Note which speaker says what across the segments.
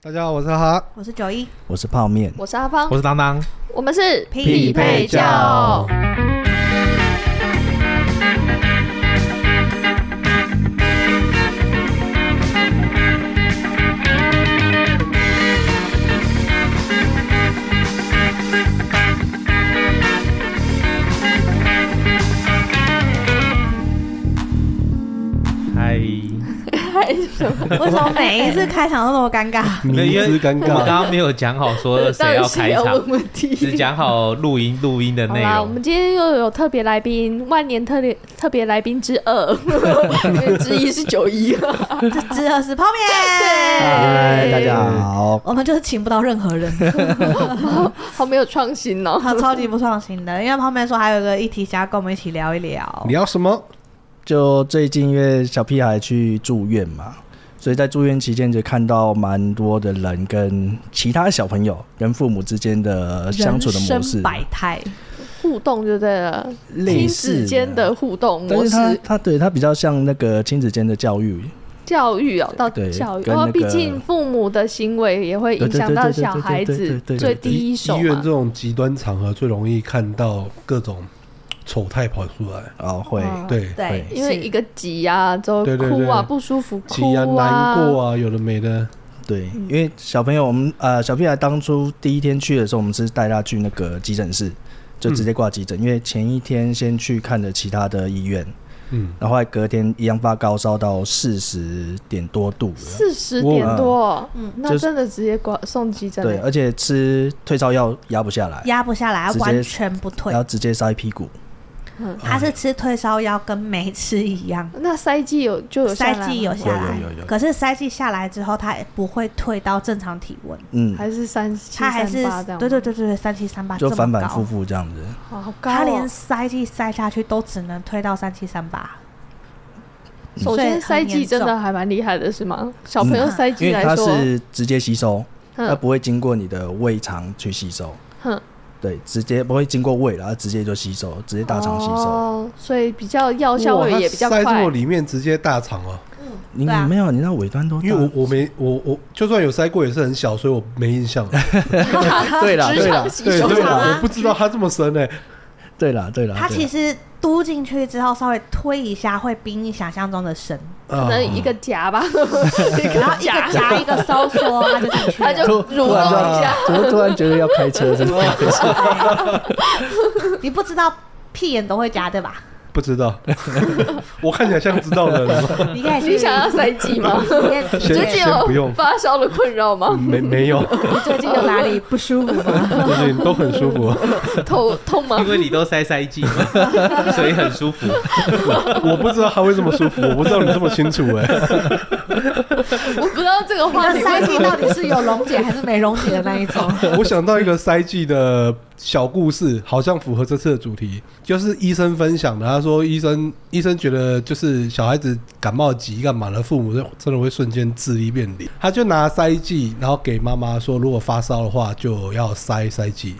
Speaker 1: 大家好，我是哈哈，
Speaker 2: 我是九一，
Speaker 3: 我是泡面，
Speaker 4: 我是阿芳，
Speaker 1: 我是当当。
Speaker 4: 我们是
Speaker 2: 匹配
Speaker 3: 教。
Speaker 1: 嗨，
Speaker 4: 还是什么？
Speaker 2: 为什么每一次开场都那么 尴尬？
Speaker 1: 没有
Speaker 3: 迷
Speaker 1: 因为
Speaker 3: 之尴
Speaker 1: 我
Speaker 3: 尬，
Speaker 1: 们刚刚没有讲好 说谁
Speaker 4: 到
Speaker 1: 要
Speaker 4: 底谁
Speaker 1: 开
Speaker 4: 要
Speaker 1: 场，
Speaker 4: 问问题？
Speaker 1: 只讲好录音录音的
Speaker 4: 好
Speaker 1: 内
Speaker 4: 啦，我
Speaker 1: 容。
Speaker 4: 们今天又有特别来宾，万年特别特别来宾之 二，之一是九一，
Speaker 2: 这只二是泡面，
Speaker 3: 嗨，大家好，
Speaker 2: 我们就是请不到任何人，
Speaker 4: 好没有创新哦。
Speaker 2: 他超级不创新的。因为泡面说还有一个议题想要跟我们一起聊一聊
Speaker 1: 你，要什么？
Speaker 3: 就最近因为小屁孩去住院嘛，所以在住院期间就看到蛮多的人跟其他小朋友跟父母之间的相处的模
Speaker 2: 人生
Speaker 3: 式，
Speaker 2: 百态，
Speaker 4: 互动就对了，
Speaker 3: 类
Speaker 4: 亲
Speaker 3: 似
Speaker 4: 子
Speaker 3: 的
Speaker 4: 间的互动
Speaker 3: 但
Speaker 4: 模
Speaker 3: 是他
Speaker 4: 式
Speaker 3: 他对他比较像那个亲子间的教育，
Speaker 4: 教育哦，到
Speaker 3: 对
Speaker 4: 教育，
Speaker 3: 跟
Speaker 4: 因
Speaker 3: 那
Speaker 4: 为
Speaker 3: 个
Speaker 4: 毕竟父母的行为也会影响到小孩
Speaker 3: 对对
Speaker 4: 子
Speaker 3: 对对对对对对
Speaker 4: 最第一手
Speaker 5: 医院
Speaker 4: 嘛
Speaker 5: 这。种极端场合最容易看到各种丑态跑出来，
Speaker 4: 啊
Speaker 3: 哦，会
Speaker 2: 嗯
Speaker 5: 对
Speaker 2: 对，
Speaker 4: 因为一个急啊，就
Speaker 5: 对对
Speaker 4: 哭啊，
Speaker 5: 对
Speaker 4: 不舒服
Speaker 5: 急啊、
Speaker 4: 哭
Speaker 5: 难过
Speaker 4: 啊，
Speaker 5: 啊，有的没的，
Speaker 3: 对，因为小朋友，我们呃，小屁孩当初第一天去的时候，我们是带他去那个急诊室，就直接挂急诊，因为前一天先去看的其他的医院，
Speaker 5: 嗯，
Speaker 3: 然后后来隔天一样发高烧到四十点多度了，
Speaker 4: 四十点多，嗯，那
Speaker 3: 就是
Speaker 4: 真的直接挂送急诊
Speaker 3: 对，
Speaker 4: 了。
Speaker 3: 而且吃退烧药压不下来，
Speaker 2: 压不下来，
Speaker 3: 直接
Speaker 2: 完全不退
Speaker 3: 然。后直接塞屁股，
Speaker 2: 他是吃退烧药跟没吃一样，
Speaker 4: 那塞剂有就有下
Speaker 2: 塞
Speaker 4: 来吗
Speaker 2: 剂有下来
Speaker 3: 有有有有，
Speaker 2: 可是塞剂下来之后，他不会退到正常体温，
Speaker 3: 嗯，
Speaker 4: 还是三七
Speaker 2: 他还
Speaker 4: 三
Speaker 2: 是
Speaker 4: 八这样吗？
Speaker 2: 对对对对对三七三八
Speaker 3: 就
Speaker 2: 这
Speaker 3: 反
Speaker 2: 么
Speaker 3: 反复
Speaker 2: 高，
Speaker 3: 复这样子，
Speaker 4: 哇，好高哦、
Speaker 2: 他连塞剂塞下去都只能退到三七三八，
Speaker 4: 首
Speaker 2: 所以
Speaker 4: 先
Speaker 2: 很
Speaker 4: 塞剂
Speaker 2: 严
Speaker 4: 真的
Speaker 2: 重
Speaker 4: 还蛮厉害的，是吗？小朋友塞
Speaker 3: 嗯因
Speaker 4: 剂
Speaker 3: 为
Speaker 4: 来
Speaker 3: 它
Speaker 4: 说，
Speaker 3: 是直接吸收，它
Speaker 4: 嗯
Speaker 3: 不会经过你的胃肠去吸收，
Speaker 4: 哼，
Speaker 3: 对，直接不会经过胃，然后直接就吸收，直接大肠吸收。
Speaker 4: 哦，所以比较药效
Speaker 5: 哇
Speaker 4: 会
Speaker 5: 它
Speaker 4: 也比较
Speaker 5: 塞这
Speaker 4: 快
Speaker 5: 么。里面直接大肠哦，
Speaker 3: 你
Speaker 2: 对啊
Speaker 3: 你没有，你那尾端都
Speaker 5: 因为我我没我我就算有塞过也是很小，所以我没印象，
Speaker 3: 大对啦
Speaker 4: 直
Speaker 3: 对
Speaker 4: 肠
Speaker 3: 啦
Speaker 4: 吸
Speaker 5: 对
Speaker 4: 收
Speaker 5: 对
Speaker 2: 肠啊
Speaker 5: 啦，我不知道它这么深哎，
Speaker 3: 对啦对啦，
Speaker 2: 它
Speaker 3: 对
Speaker 2: 其
Speaker 3: 啦
Speaker 2: 实嘟进去之后稍微推一下，会比你想象中的深，
Speaker 4: 可
Speaker 5: 啊，
Speaker 4: 能一个夹 吧，一
Speaker 2: 然后
Speaker 4: 个
Speaker 2: 一个
Speaker 4: 夹，
Speaker 2: 夹一个收缩，它就进去
Speaker 4: 他
Speaker 2: 了。
Speaker 4: 就
Speaker 3: 突
Speaker 4: 蠕动
Speaker 3: 突然就
Speaker 4: 一下。
Speaker 3: 怎么突然觉得要开车？真的
Speaker 2: 你不知道屁眼都会夹对吧？
Speaker 5: 不知道， 我看起来像知道的 人，
Speaker 2: 你可以去
Speaker 4: 你想要塞剂 吗？
Speaker 2: 你
Speaker 5: 先
Speaker 4: 最
Speaker 2: 最
Speaker 4: 近
Speaker 2: 近
Speaker 5: 先不
Speaker 4: 有
Speaker 5: 用
Speaker 4: 发烧的困扰吗？
Speaker 5: 没没有，
Speaker 2: 你最近有哪里不舒服吗？
Speaker 5: 就是都很舒服。
Speaker 4: 头痛吗
Speaker 1: 因？为你都塞塞剂 嘛，所以很舒服。
Speaker 5: 我不知道他会这么舒服，我不知道你这么清楚哎、
Speaker 4: 我不知道这个
Speaker 2: 你
Speaker 4: 话
Speaker 2: 的
Speaker 4: 题
Speaker 2: 塞
Speaker 4: 为
Speaker 2: 剂到底是有溶解还是没溶解的那一种？
Speaker 5: 我想到一个塞剂的小故事，好像符合这次的主题，就是医生分享的。他说，医生医生觉得就是小孩子感冒急干嘛呢？父母真的会瞬间智力变零。他就拿塞剂，然后给妈妈说，如果发烧的话就要塞塞剂。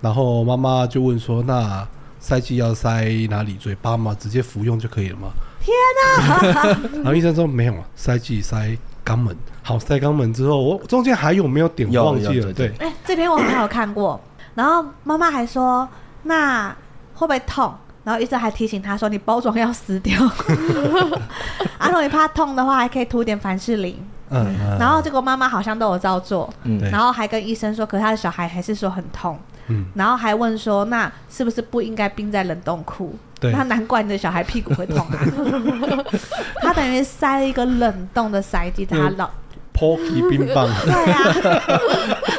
Speaker 5: 然后妈妈就问说，那塞剂要塞哪里？嘴巴吗？直接服用就可以 了吗？天哪！然后医生说没有啊，塞剂塞肛门。好，塞肛门之后，我中间还有没有点
Speaker 3: 有
Speaker 5: 我忘记
Speaker 3: 有
Speaker 5: 了？
Speaker 3: 对
Speaker 5: 对
Speaker 3: 对，
Speaker 2: 哎、这篇我好像有看过。然后妈妈还说，那会不会痛？然后医生还提醒他说，你包装要撕 掉。啊，如果你怕痛的话，还可以涂点凡士林。
Speaker 5: 嗯，嗯
Speaker 2: 然后结果妈妈好像都有照做，
Speaker 3: 嗯
Speaker 5: 对
Speaker 2: 然后还跟医生说，可是他的小孩还是说很痛，
Speaker 5: 嗯
Speaker 2: 然后还问说，那是不是不应该冰在冷冻库？
Speaker 5: 对
Speaker 2: 那难怪你的小孩屁股会痛 啊！他等于塞了一个冷冻的塞剂在他老，
Speaker 5: ，Porky 冰棒，
Speaker 2: 对啊，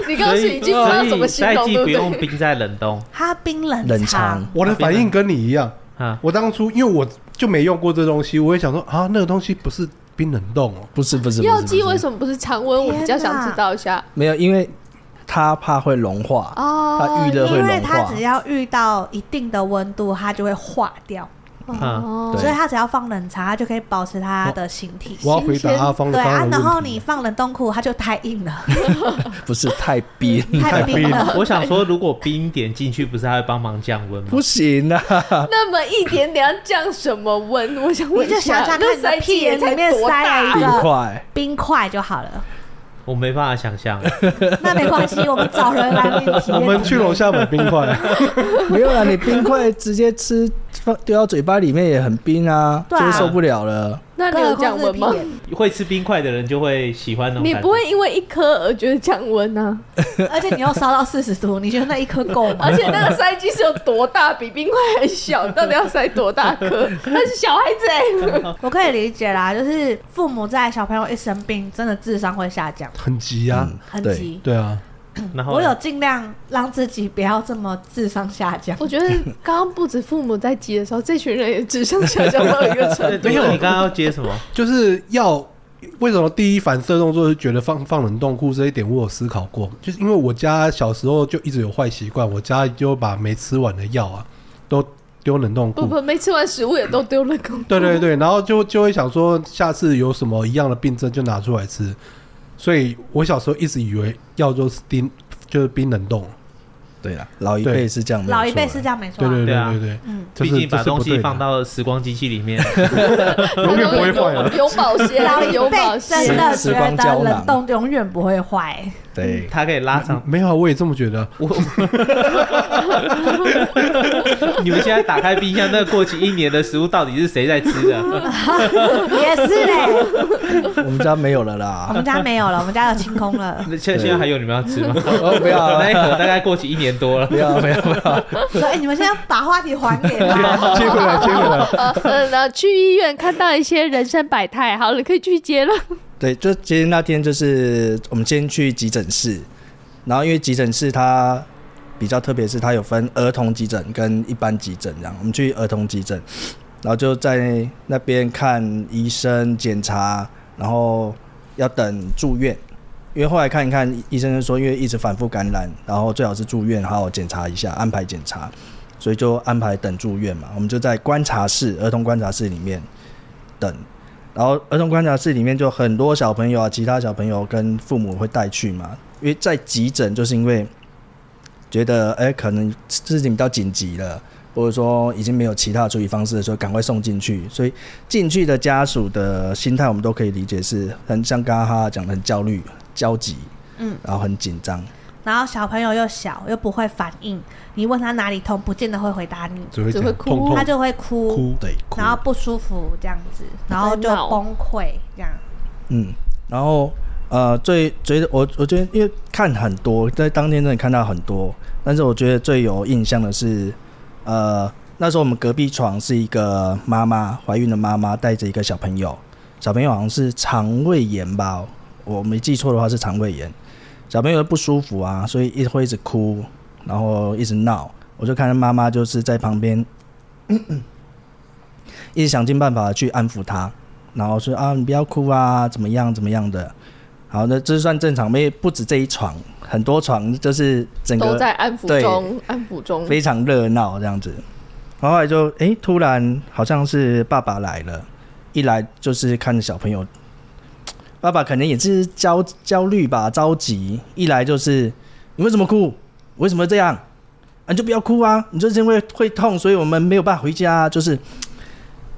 Speaker 4: 你刚刚是已经不知道
Speaker 1: 所
Speaker 4: 怎么
Speaker 1: 以
Speaker 4: 形
Speaker 1: 塞
Speaker 4: 容，
Speaker 1: 剂
Speaker 4: 对
Speaker 1: 不
Speaker 4: 不
Speaker 1: 用
Speaker 4: 对？
Speaker 1: 冰在冷冻
Speaker 2: 他冰冷
Speaker 3: 冷
Speaker 2: 藏
Speaker 3: 藏，
Speaker 5: 我的反应跟你一样。
Speaker 1: 啊，
Speaker 5: 我当初因为我就没用过这东西，我也想说啊，那个东西不是冰冷冻哦，
Speaker 3: 不是不是不
Speaker 4: 药
Speaker 3: 是
Speaker 4: 剂
Speaker 3: 不
Speaker 4: 为
Speaker 3: 是
Speaker 4: 什么不是常温？我比较想知道一下
Speaker 3: 没有，因为他怕会融化，
Speaker 4: 哦
Speaker 3: 它预热会
Speaker 2: 因为
Speaker 3: 融
Speaker 2: 它
Speaker 3: 化
Speaker 2: 只，要遇到一定的温度，它就会化掉，
Speaker 4: 哦
Speaker 3: 对
Speaker 2: 所以它只要放冷藏，它就可以保持它的形体。
Speaker 5: 我要回答阿芳
Speaker 2: 对
Speaker 5: 的刚
Speaker 2: 啊
Speaker 5: 刚，的
Speaker 2: 然后
Speaker 5: 问题。
Speaker 2: 你放冷冻库，它就太硬了，
Speaker 3: 不是太冰，
Speaker 2: 太冰
Speaker 4: 啊
Speaker 2: 了。
Speaker 1: 我想说，如果冰一点进去，不是还会帮忙降温吗？
Speaker 3: 不行啊，
Speaker 4: 那么一点点要降什么温？我想问
Speaker 2: 你
Speaker 4: 一
Speaker 2: 就
Speaker 4: 下，
Speaker 2: 想想看，
Speaker 4: 那
Speaker 2: 你
Speaker 4: 塞啊
Speaker 2: 的屁
Speaker 4: 剂也
Speaker 2: 眼
Speaker 4: 才
Speaker 2: 里面
Speaker 4: 多
Speaker 2: 塞
Speaker 4: 大
Speaker 2: 了一
Speaker 3: 冰
Speaker 2: 个
Speaker 3: 块
Speaker 2: 冰块就好了。
Speaker 1: 我没办法想象。啊
Speaker 2: 那没关系，我们找人来为你体验。
Speaker 5: 我们去楼下买冰块，
Speaker 3: 没有啦，你冰块直接吃放丢到嘴巴里面也很冰啊，
Speaker 2: 对啊
Speaker 3: 就是受不了了。
Speaker 4: 那你
Speaker 2: 更何
Speaker 4: 有
Speaker 2: 况
Speaker 4: 降
Speaker 2: 是
Speaker 4: 温吗？
Speaker 2: 屁眼
Speaker 1: 会吃冰块的人就会喜欢那种
Speaker 4: 你
Speaker 1: 感觉。
Speaker 4: 不会因为一颗而觉得降温啊？
Speaker 2: 而且你又烧到四十度，你觉得那一颗够吗
Speaker 4: 而？且那个塞剂是有多大，比冰块还小，到底要塞多大 颗？那是小孩子哎、
Speaker 2: 我可以理解啦，就是父母在小朋友一生病，真的智商会下降，
Speaker 5: 很急啊。
Speaker 3: 嗯
Speaker 2: 很
Speaker 3: 对
Speaker 2: 急。
Speaker 5: 对啊，
Speaker 1: 然后
Speaker 2: 我有尽量让自己不要这么智商下降。
Speaker 4: 我觉得刚刚不止父母在急的时候，这群人也只剩下降到一个程度。
Speaker 1: 呃没有？你刚刚要接什 么？
Speaker 5: 就是要为什么第一反射动作是觉得放放冷冻库这一点，我有思考过，就是因为我家小时候就一直有坏习惯，我家就把没吃完的药啊都丢冷冻
Speaker 4: 不
Speaker 5: 库。
Speaker 4: 不，没吃完食物也都丢了空。
Speaker 5: 对 对对，然后就就会想说，下次有什么一样的病症就拿出来吃。所以我小时候一直以为药就是冰，就是冰冷冻。
Speaker 3: 对啦，老一
Speaker 5: 对
Speaker 3: 辈是这样，
Speaker 2: 老一辈是这
Speaker 3: 样，
Speaker 2: 样，没错
Speaker 5: 对
Speaker 2: 啊。
Speaker 5: 对
Speaker 1: 对
Speaker 5: 对
Speaker 1: 啊
Speaker 5: 对对，
Speaker 2: 嗯，
Speaker 5: 这
Speaker 1: 毕
Speaker 5: 是
Speaker 1: 竟把
Speaker 5: 这是不
Speaker 1: 东
Speaker 5: 对
Speaker 1: 西
Speaker 5: 的
Speaker 1: 放到时光机器里面，
Speaker 5: 永远不会坏的。
Speaker 4: 有保鲜啊，有
Speaker 2: 老一
Speaker 4: 保
Speaker 2: 辈
Speaker 4: 鲜。
Speaker 2: 真的觉
Speaker 3: 时时光胶
Speaker 2: 得
Speaker 3: 囊
Speaker 2: 冷冻永远不会坏，
Speaker 3: 对，
Speaker 1: 它可以拉长。
Speaker 5: 没有啊，我也这么觉得。
Speaker 1: 我，你们现在打开冰箱，那个过期一年的食物到底是谁在吃的？
Speaker 2: 也是嘞。
Speaker 3: 我们家没有了
Speaker 2: 我
Speaker 3: 啦。
Speaker 2: 们家没有了，我们家有清空了，
Speaker 1: 那 现在现在还有你们要吃 吗？
Speaker 3: 哦，不要
Speaker 1: 我 那一
Speaker 3: 啊，
Speaker 1: 口大概过期一年多了
Speaker 3: 不。要，不要，不要，
Speaker 2: 所以你们现在把话题还给他。
Speaker 5: 接回 来，接回来。
Speaker 4: 呃，然后去医院看到一些人生百态，好了，可以去接了。
Speaker 3: 对，就其实那天就是我们先去急诊室，然后因为急诊室它比较特别，是它有分儿童急诊跟一般急诊这样。我们去儿童急诊，然后就在那边看医生检查，然后要等住院。因为后来看一看，医生就说，因为一直反复感染，然后最好是住院，好好检查一下，安排检查，所以就安排等住院嘛。我们就在观察室，儿童观察室里面等然后儿童观察室里面就很多小朋友啊，其他小朋友跟父母会带去嘛，因为在急诊就是因为觉得哎、可能事情比较紧急了，或者说已经没有其他的处理方式的时候，赶快送进去。所以进去的家属的心态，我们都可以理解是很像刚刚哈哈讲的很焦虑、焦急，
Speaker 2: 嗯，
Speaker 3: 然后很紧张。
Speaker 2: 然后小朋友又小，又不会反应，你问他哪里痛，不见得会回答你，
Speaker 5: 只会
Speaker 4: 只
Speaker 5: 讲
Speaker 4: 会哭
Speaker 5: 痛痛
Speaker 2: 他就会哭，
Speaker 5: 哭，
Speaker 3: 对，
Speaker 2: 然后不舒服这样子，然后就
Speaker 4: 在闹
Speaker 2: 崩溃这样。
Speaker 3: 嗯，然后呃，最觉得我我觉得因为看很多，在当天真的看到很多，但是我觉得最有印象的是，呃，那时候我们隔壁床是一个妈妈，怀孕的妈妈带着一个小朋友，小朋友好像是肠胃炎吧，我没记错的话是肠胃炎，小朋友不舒服啊，所以一直会一直哭，然后一直闹，我就看到妈妈就是在旁边。 一直想尽办法去安抚他，然后说啊，你不要哭啊，怎么样怎么样的。好，那这算正常，没不止这一床，很多床就是整
Speaker 4: 都
Speaker 3: 个
Speaker 4: 在安抚中，安抚中。
Speaker 3: 非常热闹这样子。然后后来就哎、诶突然好像是爸爸来了，一来就是看着小朋友，爸爸可能也是焦焦虑吧，着急。一来就是你为什么哭？为什么这样？啊，你就不要哭啊！你就是因为会痛，所以我们没有办法回家、啊。就是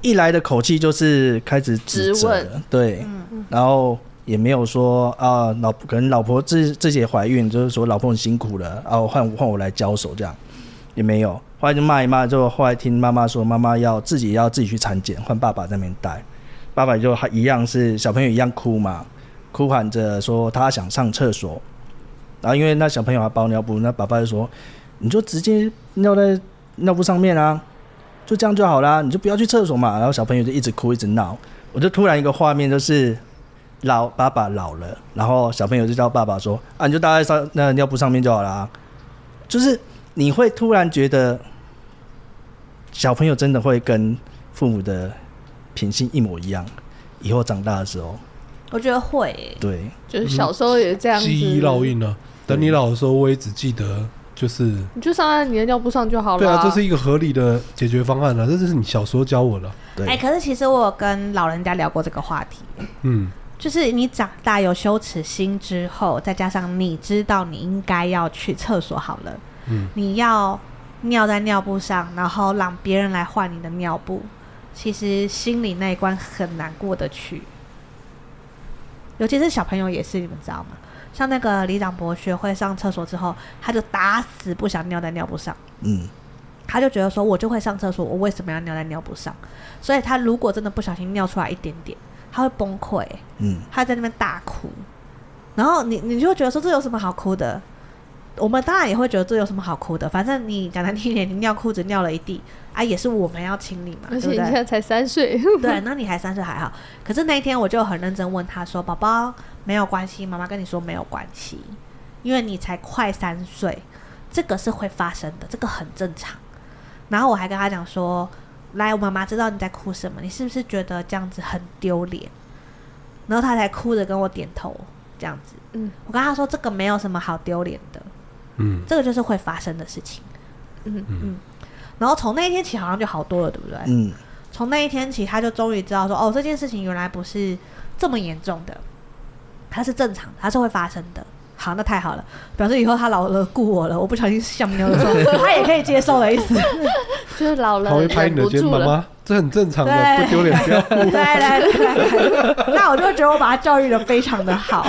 Speaker 3: 一来的口气就是开始指
Speaker 4: 质
Speaker 3: 责
Speaker 4: 问嗯
Speaker 3: 了，对，然后也没有说啊，老可能老婆自自己也怀孕，就是说老婆很辛苦了，啊，换换我来交手这样，也没有。后来就骂一骂，就后来听妈妈说，妈妈要自己要自己去产检，换爸爸在那边带。爸爸就还一样是小朋友一样哭嘛，哭喊着说他想上厕所，然后因为那小朋友还包尿布，那爸爸就说你就直接尿在尿布上面啊，就这样就好啦，你就不要去厕所嘛。然后小朋友就一直哭一直闹，我就突然一个画面就是老爸爸老了，然后小朋友就叫爸爸说啊，你就搭在上那尿布上面就好啦。就是你会突然觉得小朋友真的会跟父母的品性一模一样，以后长大的时候，
Speaker 2: 我觉得会欸，
Speaker 3: 对，
Speaker 4: 就是小时候也这样子，
Speaker 5: 记忆烙印了。等你老的时候，我也只记得就是，
Speaker 4: 你就上在你的尿布上就好了。
Speaker 5: 对啊，这是一个合理的解决方案了。啊这就是你小时候教我的，
Speaker 3: 对，
Speaker 2: 哎、可是其实我有跟老人家聊过这个话题，
Speaker 5: 嗯，
Speaker 2: 就是你长大有羞耻心之后，再加上你知道你应该要去厕所好了，
Speaker 5: 嗯
Speaker 2: 你要尿在尿布上，然后让别人来换你的尿布，其实心里那一关很难过得去。尤其是小朋友也是，你们知道吗？像那个里长伯学会上厕所之后，他就打死不想尿在尿布上。
Speaker 3: 嗯，
Speaker 2: 他就觉得说，我就会上厕所，我为什么要尿在尿布上？所以他如果真的不小心尿出来一点点，他会崩溃、
Speaker 3: 嗯，
Speaker 2: 他在那边大哭。然后你你就会觉得说，这有什么好哭的？我们当然也会觉得这有什么好哭的，反正你讲难听一点，你尿裤子尿了一地啊，也是我们要清理嘛，对
Speaker 4: 而且
Speaker 2: 不
Speaker 4: 你现在
Speaker 2: 对？
Speaker 4: 才三岁，
Speaker 2: 对，那你还三岁还好。可是那一天我就很认真问他说：“宝宝，没有关系，妈妈跟你说没有关系，因为你才快三岁，这个是会发生的，这个很正常。”然后我还跟他讲说：“来，我妈妈知道你在哭什么，你是不是觉得这样子很丢脸？”然后他才哭着跟我点头，这样子。
Speaker 4: 嗯，
Speaker 2: 我跟他说：“这个没有什么好丢脸的，
Speaker 5: 嗯，
Speaker 2: 这个就是会发生的事情。”
Speaker 4: 嗯
Speaker 2: 嗯。然后从那一天起，好像就好多了，对不对？
Speaker 3: 嗯，
Speaker 2: 从那一天起，他就终于知道说，哦，这件事情原来不是这么严重的，它是正常的，它是会发生的。好，那太好了，表示以后他老了顾我了，我不小心像牛的时候，他也可以接受的意思。
Speaker 4: 就是老了
Speaker 5: 他会拍你
Speaker 4: 忍
Speaker 5: 的
Speaker 4: 不
Speaker 5: 肩
Speaker 4: 住
Speaker 5: 膀
Speaker 4: 了。
Speaker 5: 吗？这很正常的，
Speaker 2: 对
Speaker 5: 不丢脸，不要
Speaker 2: 对对对，对那我就觉得我把他教育的非常的好。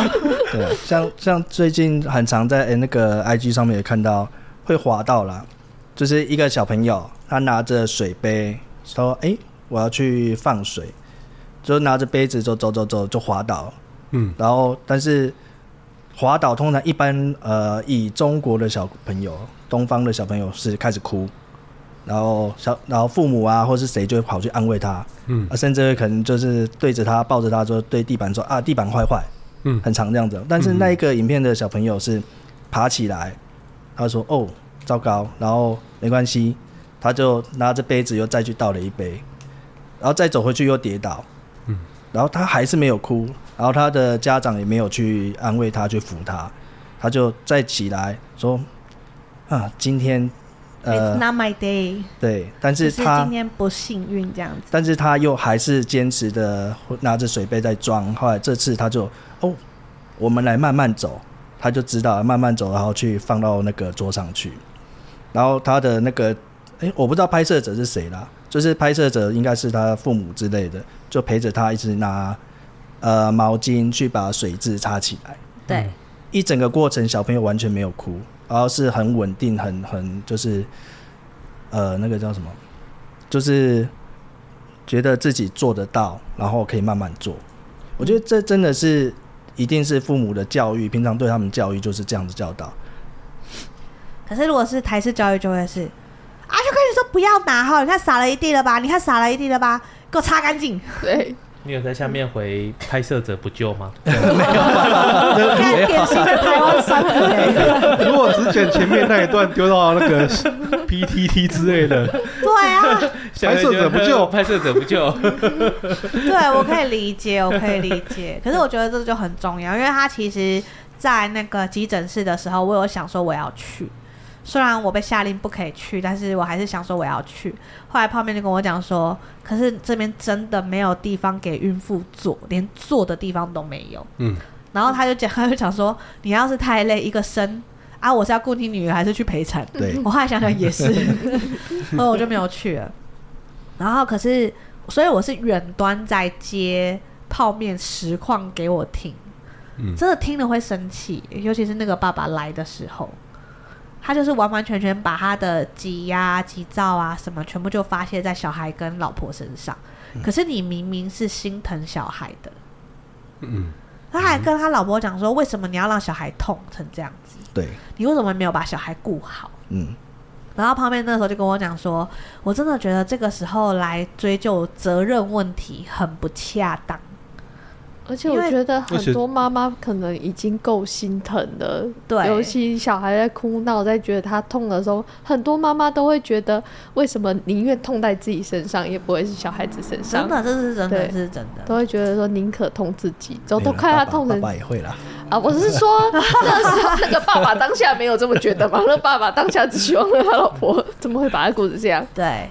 Speaker 3: 对啊，像像最近很常在、诶那个 IG 上面也看到会滑到啦，就是一个小朋友他拿着水杯说：“诶，我要去放水。”就拿着杯子就走走走就滑倒了，
Speaker 5: 嗯
Speaker 3: 然后但是滑倒通常一般呃以中国的小朋友、东方的小朋友是开始哭，然后小然后父母啊或是谁就会跑去安慰他，
Speaker 5: 嗯
Speaker 3: 啊甚至可能就是对着他抱着他说对地板说啊地板坏坏，
Speaker 5: 嗯
Speaker 3: 很常这样子。但是那一个影片的小朋友是爬起来，他说哦糟糕，然后没关系，他就拿着杯子又再去倒了一杯，然后再走回去又跌倒，
Speaker 5: 嗯
Speaker 3: 然后他还是没有哭，然后他的家长也没有去安慰他，去扶他，他就再起来说：“啊，今天，
Speaker 2: It's
Speaker 3: 呃，
Speaker 2: not my day，
Speaker 3: 对，但
Speaker 2: 只
Speaker 3: 是
Speaker 2: 是
Speaker 3: 他
Speaker 2: 今，天不幸运这样子。
Speaker 3: 但是他又还是坚持的拿着水杯在装。后来这次他就哦，我们来慢慢走，他就知道了慢慢走，然后去放到那个桌上去。然后他的那个，哎，我不知道拍摄者是谁啦，就是拍摄者应该是他父母之类的，就陪着他一直拿呃毛巾去把水渍擦起来。
Speaker 2: 对，
Speaker 3: 一整个过程，小朋友完全没有哭，然后是很稳定，很很就是，呃，那个叫什么，就是觉得自己做得到，然后可以慢慢做。我觉得这真的是，一定是父母的教育，平常对他们教育就是这样子教导。
Speaker 2: 可是如果是台式教育，就会是啊，就跟你说不要拿哈，你看洒了一地了吧，你看洒了一地了吧，给我擦干 净。
Speaker 4: 对，
Speaker 1: 你有在下面回拍摄者不救吗？
Speaker 2: 现在典型的 台湾三 不 欸
Speaker 5: 如果只剪前面那一段丢到那个 PTT 之类的，
Speaker 2: 对啊，
Speaker 1: 下面就
Speaker 5: 拍摄者不救
Speaker 1: 拍摄者不 救。
Speaker 2: 对我可以理解，我可以理解。 可是我觉得这就很重要，因为他其实，在那个急诊室的时候，我有想说我要去，虽然我被下令不可以去，但是我还是想说我要去。后来泡面就跟我讲说，可是这边真的没有地方给孕妇坐，连坐的地方都没有。
Speaker 5: 嗯，
Speaker 2: 然后他就讲，他就讲说，你要是太累，一个身啊，我是要顾你女儿还是去陪产？
Speaker 3: 对，
Speaker 2: 我后来想想 也是，所以我就没有去了。然后可是，所以我是远端在接泡面实况给我听，
Speaker 5: 嗯
Speaker 2: 真的听了会生气，尤其是那个爸爸来的时候，他就是完完全全把他的急呀、急躁啊什么，全部就发泄在小孩跟老婆身上。可是你明明是心疼小孩的，
Speaker 5: 嗯，
Speaker 2: 他还跟他老婆讲说，为什么你要让小孩痛成这样子？
Speaker 3: 对，
Speaker 2: 你为什么没有把小孩顾好？
Speaker 3: 嗯，
Speaker 2: 然后旁边那时候就跟我讲说，我真的觉得这个时候来追究责任问题很不恰当。
Speaker 4: 而且
Speaker 2: 因
Speaker 4: 我
Speaker 2: 为
Speaker 4: 觉得
Speaker 5: 而且
Speaker 4: 很多妈妈可能已经够心疼了，
Speaker 2: 对
Speaker 4: 尤其小孩在哭闹，在觉得他痛的时候，很多妈妈都会觉得，为什么宁愿痛在自己身上，也不会是小孩子身
Speaker 2: 真
Speaker 4: 上？
Speaker 2: 的，这是真的，
Speaker 4: 对
Speaker 2: 这是真的。
Speaker 4: 都会觉得说宁可痛自己，都都
Speaker 3: 没有
Speaker 4: 看他
Speaker 3: 爸爸
Speaker 4: 痛
Speaker 3: 爸
Speaker 4: 成
Speaker 3: 爸也会啦。
Speaker 4: 啊！我是说， 那时候那个爸爸当下没有这么觉得嘛？ 那爸爸当下只希望他老婆怎么会把他顾成这样？
Speaker 2: 对。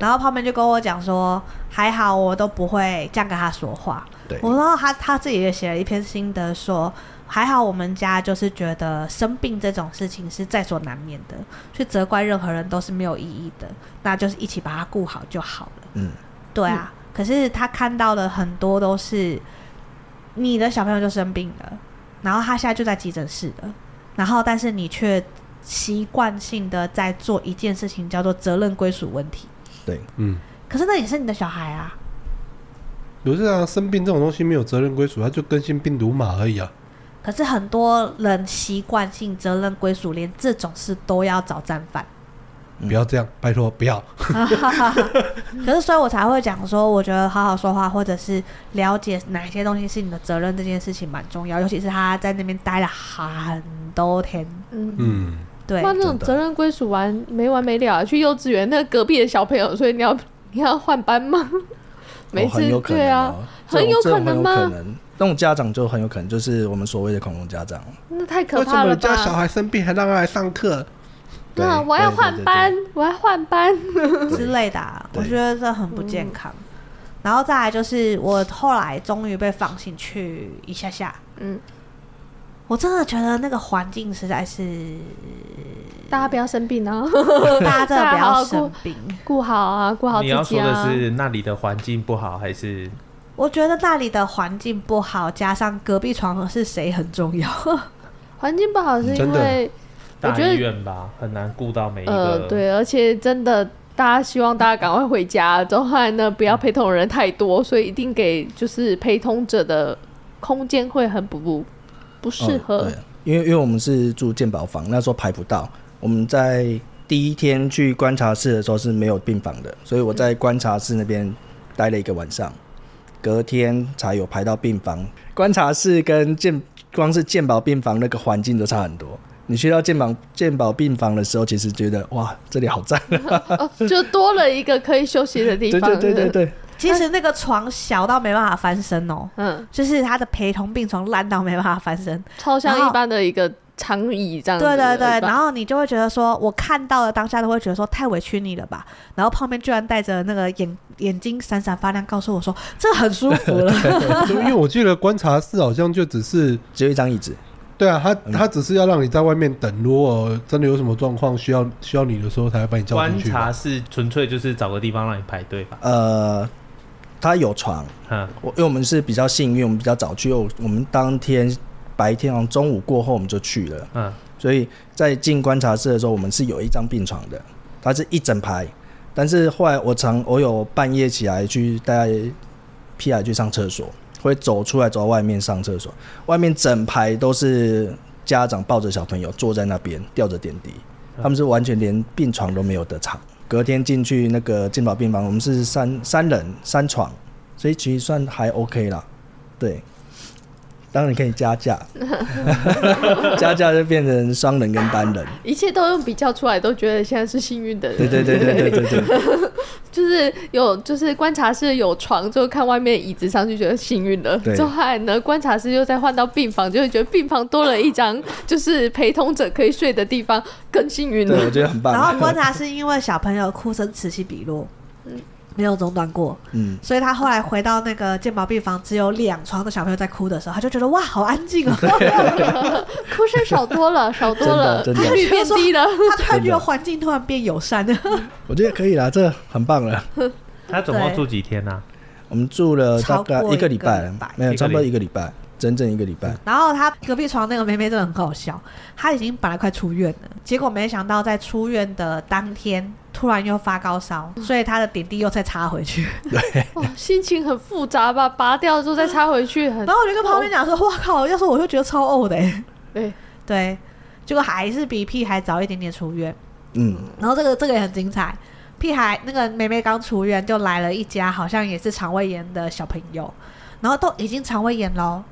Speaker 2: 然后旁边就跟我讲说，还好我都不会这样跟他说话。
Speaker 3: 对，
Speaker 2: 我然后他他自己也写了一篇心得说，还好我们家就是觉得生病这种事情是在所难免的，去责怪任何人都是没有意义的，那就是一起把它顾好就好了。
Speaker 3: 嗯，
Speaker 2: 对啊。可是他看到的很多都是你的小朋友就生病了，然后他现在就在急诊室了，然后但是你却习惯性的在做一件事情，叫做责任归属问题。
Speaker 3: 对，
Speaker 5: 嗯，
Speaker 2: 可是那也是你的小孩啊，
Speaker 5: 不是啊，生病这种东西没有责任归属，它就跟新病毒码而已啊。
Speaker 2: 可是很多人习惯性责任归属，连这种事都要找战犯。
Speaker 5: 不要这样，拜托不要。
Speaker 2: 可是，所以我才会讲说，我觉得好好说话，或者是了解哪些东西是你的责任，这件事情蛮重要。尤其是他在那边待了很多天，
Speaker 4: 嗯。
Speaker 5: 嗯，
Speaker 2: 对，
Speaker 4: 哇，那种
Speaker 3: 真的
Speaker 4: 责任归属完没完没了啊、去幼稚园那隔壁的小朋友，所以你要你要换班吗？每
Speaker 3: 哦
Speaker 4: 次、
Speaker 3: 很有可能
Speaker 4: 对啊，
Speaker 3: 哦，这
Speaker 4: 很
Speaker 3: 种
Speaker 4: 有
Speaker 3: 这种
Speaker 4: 可能
Speaker 3: 很有
Speaker 4: 吗
Speaker 3: 可能那种家长就很有可能就是我们所谓的恐龙家长，
Speaker 4: 那太可
Speaker 5: 为什
Speaker 4: 怕
Speaker 5: 么
Speaker 4: 了
Speaker 5: 人家小
Speaker 4: 吧？
Speaker 5: 孩生病还让他来上课？
Speaker 3: 对
Speaker 4: 那我要换班，，我要换班。
Speaker 2: 之类的啊、
Speaker 3: 对
Speaker 2: 我觉得这很不健康。然后再来就是，我后来终于被放行去一下下，
Speaker 4: 嗯，
Speaker 2: 我真的觉得那个环境实在是，
Speaker 4: 大家不要生病啊，
Speaker 2: 大家真的不要生病。
Speaker 4: 顾好啊，顾好自
Speaker 1: 你
Speaker 4: 己啊。
Speaker 1: 要说的是那里的环境不好，还是
Speaker 2: 我觉得那里的环境不好，加上隔壁床是谁很重 要。
Speaker 4: 环境不好是因
Speaker 5: 真的
Speaker 4: 为我
Speaker 1: 大
Speaker 4: 觉得
Speaker 1: 医院吧，很难顾到每一
Speaker 4: 呃
Speaker 1: 个。，
Speaker 4: 对，而且真的。大家希望大家赶快回家，之后呢不要陪同的人太多，所以一定给就是陪同者的空间会很不不不适
Speaker 3: 嗯
Speaker 4: 合。
Speaker 3: 对，因为因为我们是住健保房，那时候排不到。我们在第一天去观察室的时候是没有病房的，所以我
Speaker 4: 嗯
Speaker 3: 在观察室那边待了一个晚上，隔天才有排到病房。观察室跟健光是健保病房那个环境都差很多。你去到健保健保病房的时候，其实觉得哇，这里好赞，
Speaker 4: 哦，就多了一个可以休息的 地
Speaker 3: 对
Speaker 4: 方。
Speaker 3: 啊对对对对，
Speaker 2: 其实那个床小到没办法翻身哦，
Speaker 4: 嗯，
Speaker 2: 就是他的陪同病床烂到没办法翻身。
Speaker 4: 超
Speaker 2: 然
Speaker 4: 像
Speaker 2: 后
Speaker 4: 一般的一个长椅这样
Speaker 2: 嗯
Speaker 4: 子
Speaker 2: 对
Speaker 4: 的
Speaker 2: 对
Speaker 4: 地方。
Speaker 2: 对，然后你就会觉得说，我看到了当下都会觉得说太委屈你了吧。然后旁边居然带着那个眼眼睛闪闪发亮，告诉我说这很舒服 了。
Speaker 5: 就因为我记得观察室好像就只是，
Speaker 3: 只有一张椅子，
Speaker 5: 对啊，他他只是要让你在外面等，如果真的有什么状况需要需要你的时候，才会把你叫
Speaker 1: 观
Speaker 5: 进去吧。
Speaker 1: 察是纯粹就是找个地方让你排队吧。
Speaker 3: 呃，它有床，
Speaker 1: 嗯，
Speaker 3: 我因为我们是比较幸运，我们比较早去，我我们当天白天好像中午过后我们就去了，
Speaker 1: 嗯，
Speaker 3: 所以在进观察室的时候，我们是有一张病床的，它是一整排，但是后来我常我有半夜起来去带 P I 去上厕所，会走出来走到外面上厕所，外面整排都是家长抱着小朋友坐在那边吊着点滴，他们是完全连病床都没有得躺。隔天进去那个健保病房，我们是三三人三床，所以其实算还 OK 啦。对，当然可以加价，加价就变成双人跟单人。
Speaker 4: 一切都用比较出来，都觉得现在是幸运的人。
Speaker 3: 对对对对对对对对
Speaker 4: 就是有就是观察室有床，就看外面椅子上就觉得幸运了。
Speaker 3: 对
Speaker 4: 之后后来呢，观察室又再换到病房，就会觉得病房多了一张就是陪同者可以睡的地方，更幸运
Speaker 3: 对，
Speaker 4: 了
Speaker 3: 我。觉得很
Speaker 2: 然后
Speaker 3: 棒。
Speaker 2: 观察是因为小朋友哭声此起彼落，没有中断过，
Speaker 3: 嗯，
Speaker 2: 所以他后来回到那个健保病房，只有两床的小朋友在哭的时候，他就觉得哇，好安静哦。
Speaker 4: 哭声少 多了，少多了，
Speaker 3: 真的真的
Speaker 4: 频率变低了。
Speaker 2: 他突然觉得环境突然变友善 了，
Speaker 3: 我觉得可以啦，这很棒了。
Speaker 1: 他总共
Speaker 2: 对
Speaker 1: 住几天啊呢、
Speaker 3: 我们住了大概
Speaker 2: 超过
Speaker 3: 一个礼
Speaker 2: 一个
Speaker 3: 拜
Speaker 2: 礼拜，
Speaker 3: 没有
Speaker 1: 一
Speaker 3: 差
Speaker 1: 个礼
Speaker 3: 不多一个礼拜，整整一个礼拜。
Speaker 2: 然后他隔壁床那个妹妹真的很搞笑，她已经本来快出院了，结果没想到在出院的当天突然又发高烧，所以她的点滴又再插回去。
Speaker 4: 哇，心情很复杂吧？拔掉之后再插回去，很
Speaker 2: 然后我就跟旁边讲说：“哇靠！要是我就觉得超呕的、欸。
Speaker 4: 对。”
Speaker 2: 对，结果还是比屁孩早一点点出院。
Speaker 3: 嗯，
Speaker 2: 然后这个这个也很精彩，屁孩那个妹妹刚出院就来了一家好像也是肠胃炎的小朋友，然后都已经肠胃炎喽。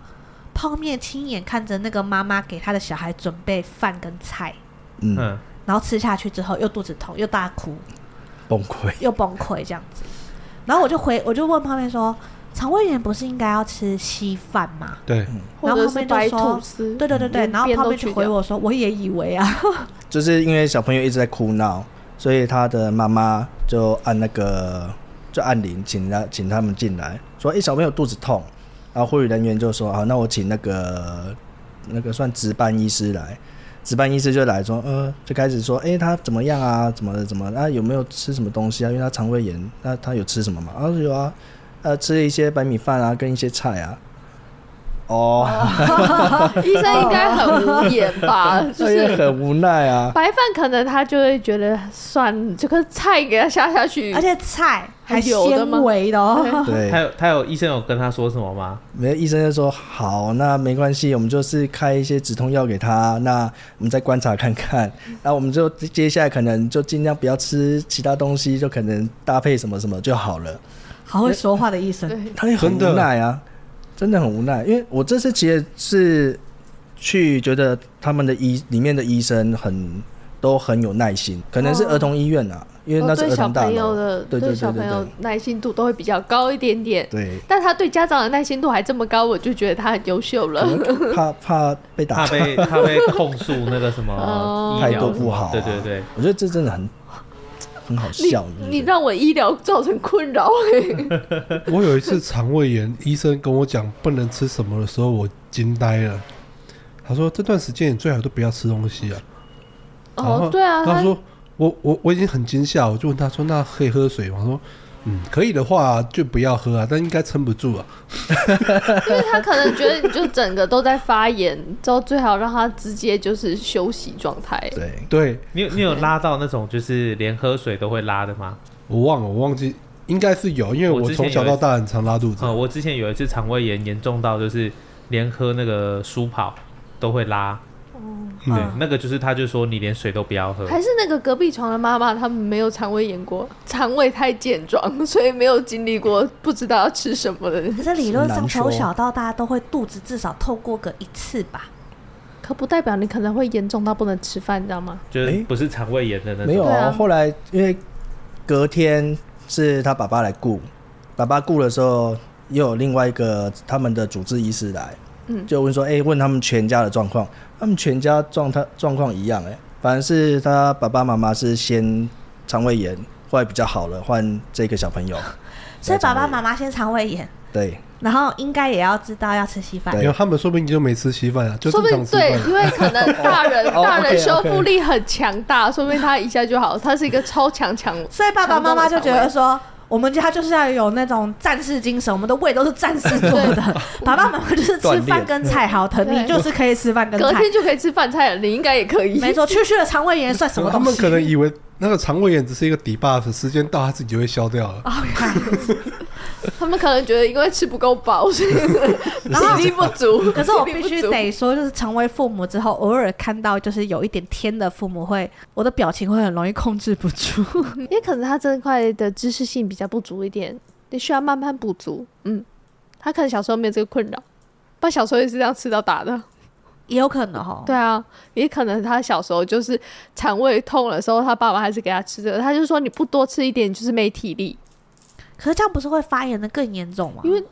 Speaker 2: 泡面亲眼看着那个妈妈给他的小孩准备饭跟菜，
Speaker 1: 嗯
Speaker 3: 嗯，
Speaker 1: 嗯，
Speaker 2: 然后吃下去之后又肚子痛，又大哭，
Speaker 3: 崩溃。
Speaker 2: 又崩溃这样子。然后我就回，我就问泡面说：“肠胃炎不是应该要吃稀饭吗
Speaker 5: 对，
Speaker 4: 或者是白吐司？”，
Speaker 2: 对对对对，
Speaker 4: 嗯
Speaker 2: 然后
Speaker 4: 边
Speaker 2: 泡
Speaker 4: 都
Speaker 2: 面就
Speaker 4: 去
Speaker 2: 回
Speaker 4: 掉
Speaker 2: 我说：“我也以为啊，
Speaker 3: 就是因为小朋友一直在哭闹，所以他的妈妈就按那个就按铃，请他请他们进来，说：“哎、小朋友肚子痛。”然后护理人员就说：“啊，那我请那个那个算值班医师来。”值班医师就来说：“呃，就开始说，哎、他怎么样啊？怎么了怎么了？啊，有没有吃什么东西啊？因为他肠胃炎，那他有吃什么吗？啊，有啊，呃，吃了一些白米饭啊，跟一些菜啊。哦，
Speaker 4: 医生应该很无言 吧？就
Speaker 3: 那也
Speaker 4: 是
Speaker 3: 很无奈啊。
Speaker 4: 白饭可能他就会觉得算这个菜给他下下去
Speaker 2: 而，且菜还
Speaker 4: 还有的
Speaker 2: 纤
Speaker 4: 吗
Speaker 2: 维的 哦，
Speaker 3: 对
Speaker 1: 他，有他有医生有跟他说什么吗？
Speaker 3: 没有医生就说好，那没关系，我们就是开一些止痛药给他，那我们再观察看看，那我们就接下来可能就尽量不要吃其他东西，就可能搭配什么什么就好了。
Speaker 2: 好会说话的医生。
Speaker 4: 对，
Speaker 3: 他也很
Speaker 5: 真的
Speaker 3: 无奈啊，真的很无奈，因为我这次其实是去觉得他们的医里面的医生很都很有耐心，可能是
Speaker 4: 哦
Speaker 3: 儿童医院啊，因为
Speaker 4: 哦
Speaker 3: 那是
Speaker 4: 对
Speaker 3: 儿
Speaker 4: 小
Speaker 3: 童大
Speaker 4: 朋友
Speaker 3: 楼，
Speaker 4: 的
Speaker 3: 对对对
Speaker 4: 小
Speaker 3: 对
Speaker 4: 朋友
Speaker 3: 对
Speaker 4: 耐心度都会比较高一点点，
Speaker 3: 对，
Speaker 4: 但他对家长的耐心度还这么高，我就觉得他很优秀了。
Speaker 3: 怕怕被打
Speaker 1: 怕 被他被控诉那个什么
Speaker 4: 哦
Speaker 1: 医
Speaker 3: 态
Speaker 1: 疗
Speaker 3: 度
Speaker 1: 什么
Speaker 3: 不好啊
Speaker 1: 对对对，
Speaker 3: 我觉得这真的很很好
Speaker 4: 你
Speaker 3: 笑，
Speaker 4: 你
Speaker 3: 知道
Speaker 4: 让我医疗造成困扰、
Speaker 3: 哦
Speaker 4: 欸，
Speaker 5: 我有一次肠胃炎，医生跟我讲不能吃什么的时候，我惊呆了。他说这段时间你最好都不要吃东西啊。然后
Speaker 4: 哦，对啊，
Speaker 5: 他
Speaker 4: 他
Speaker 5: 说我我我已经很惊吓，我就问他说那可以喝水吗？他说嗯，可以的话就不要喝啊，但应该撑不住啊。
Speaker 4: 因为他可能觉得你就整个都在发炎，之后最好让他直接就是休息状态。
Speaker 3: 对。
Speaker 5: 对
Speaker 1: 你有你有拉到那种就是连喝水都会拉的吗？
Speaker 5: 我忘了，我忘记应该是有，因为
Speaker 1: 我
Speaker 5: 我
Speaker 1: 之前
Speaker 5: 从小
Speaker 1: 有一
Speaker 5: 到大很常拉肚子
Speaker 1: 呃，。我之前有一次肠胃炎严重到就是连喝那个舒跑都会拉，对，
Speaker 2: 嗯
Speaker 1: 那个就是他就说你连水都不要喝，
Speaker 4: 还是那个隔壁床的妈妈，他们没有肠胃炎过，肠胃太健壮，所以没有经历过不知道要吃什么的。
Speaker 2: 可是理论上
Speaker 3: 难说
Speaker 2: 从小到大都会肚子至少透过个一次吧？
Speaker 4: 可不代表你可能会严重到不能吃饭，你知道吗？
Speaker 1: 就是
Speaker 3: 诶
Speaker 1: 不是肠胃炎的那
Speaker 3: 没有
Speaker 1: 种。
Speaker 4: 对
Speaker 3: 啊，
Speaker 4: 啊
Speaker 3: 后来因为隔天是他爸爸来顾，爸爸顾的时候又有另外一个他们的主治医师来，
Speaker 4: 嗯
Speaker 3: 就问说，哎、问他们全家的状况，他们全家状态状况一样、哎，反正是他爸爸妈妈是先肠胃炎，后来比较好了，换这个小朋友，
Speaker 2: 所以爸爸妈
Speaker 3: 妈
Speaker 2: 妈先肠胃炎，
Speaker 3: 对
Speaker 2: 然后应该也要知道要吃稀饭
Speaker 3: 对。
Speaker 5: 因为他们说不定就没吃稀饭啊，就
Speaker 4: 说
Speaker 5: 正
Speaker 4: 不定
Speaker 5: 常吃
Speaker 4: 对
Speaker 5: 饭，。
Speaker 4: 因为可能大人
Speaker 3: 哦
Speaker 4: 大人
Speaker 3: OK，OK
Speaker 4: 修复力很强大，说不定他一下就好。他是一个超强强，
Speaker 2: 所以爸爸妈妈就觉得说，我们家就是要有那种战士精神，我们的胃都是战士做的。 爸爸妈妈就是吃
Speaker 3: 锻
Speaker 2: 饭
Speaker 3: 炼
Speaker 2: 跟菜好疼，
Speaker 4: 对
Speaker 2: 你就是可以吃饭跟
Speaker 4: 隔
Speaker 2: 菜。
Speaker 4: 天就可以吃饭菜了，你应该也可以。
Speaker 2: 没错，区区的肠胃炎算什么
Speaker 5: 他
Speaker 2: 东
Speaker 5: 们
Speaker 2: 西？
Speaker 5: 可能以为那个肠胃炎只是一个底 buff，时间到它自己就会消掉了。
Speaker 2: 哦，原来
Speaker 4: 他们可能觉得因为吃不够 饱，所以体力不足。
Speaker 2: 可是我必
Speaker 4: 体力
Speaker 2: 须
Speaker 4: 不足
Speaker 2: 得说，就是成为父母之后，偶尔看到就是有一点天的父母会，我的表情会很容易控制不住。
Speaker 4: 也可能他这块的知识性比较不足一点，你需要慢慢补足。嗯，他可能小时候没有这个困扰，爸小时候也是这样吃到打
Speaker 2: 哦
Speaker 4: 的。
Speaker 2: 也有可能哦。
Speaker 4: 对啊，也可能他小时候就是肠胃痛的时候，他爸爸还是给他吃这个，他就说你不多吃一点就是没体力，
Speaker 2: 可是这样不是会发炎的更严重吗？
Speaker 4: 因为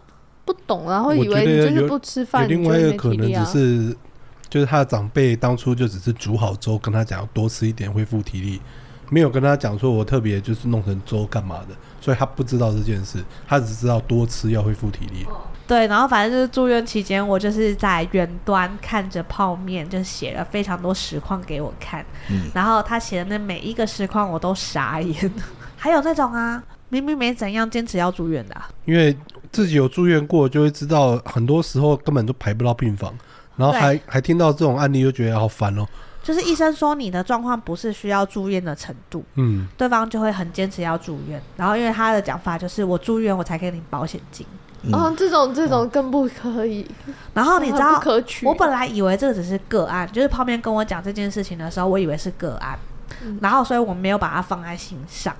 Speaker 4: 不懂，然后
Speaker 5: 我
Speaker 4: 以
Speaker 5: 觉
Speaker 4: 为
Speaker 5: 得
Speaker 4: 你就是
Speaker 5: 有
Speaker 4: 不吃
Speaker 5: 有
Speaker 4: 饭，
Speaker 5: 另外一个
Speaker 4: 你就
Speaker 5: 可
Speaker 4: 是没体
Speaker 5: 能
Speaker 4: 力啊
Speaker 5: 只。是，就是他的长辈当初就只是煮好粥，跟他讲要多吃一点恢复体力，没有跟他讲说我特别就是弄成粥干嘛的，所以他不知道这件事，他只知道多吃要恢复体力。
Speaker 2: 对，然后反正就是住院期间，我就是在远端看着泡面，就写了非常多实况给我看。
Speaker 3: 嗯
Speaker 2: 然后他写的那每一个实况，我都傻眼。 还有那种啊，明明没怎样，坚持要住院的啊、
Speaker 5: 因为自己有住院过，就会知道很多时候根本都排不到病房，然后还还听到这种案例，就觉得好烦哦。
Speaker 2: 就是医生说你的状况不是需要住院的程度，
Speaker 5: 嗯，
Speaker 2: 对方就会很坚持要住院。然后因为他的讲法就是我住院我才给你保险金，
Speaker 3: 嗯
Speaker 4: 哦，这种这种更不可以，
Speaker 2: 然哦后你知
Speaker 4: 很
Speaker 2: 道
Speaker 4: 不可取。
Speaker 2: 我本来以为这个只是个案，就是泡面跟我讲这件事情的时候，我以为是个案，
Speaker 4: 嗯
Speaker 2: 然后所以我没有把它放在心上。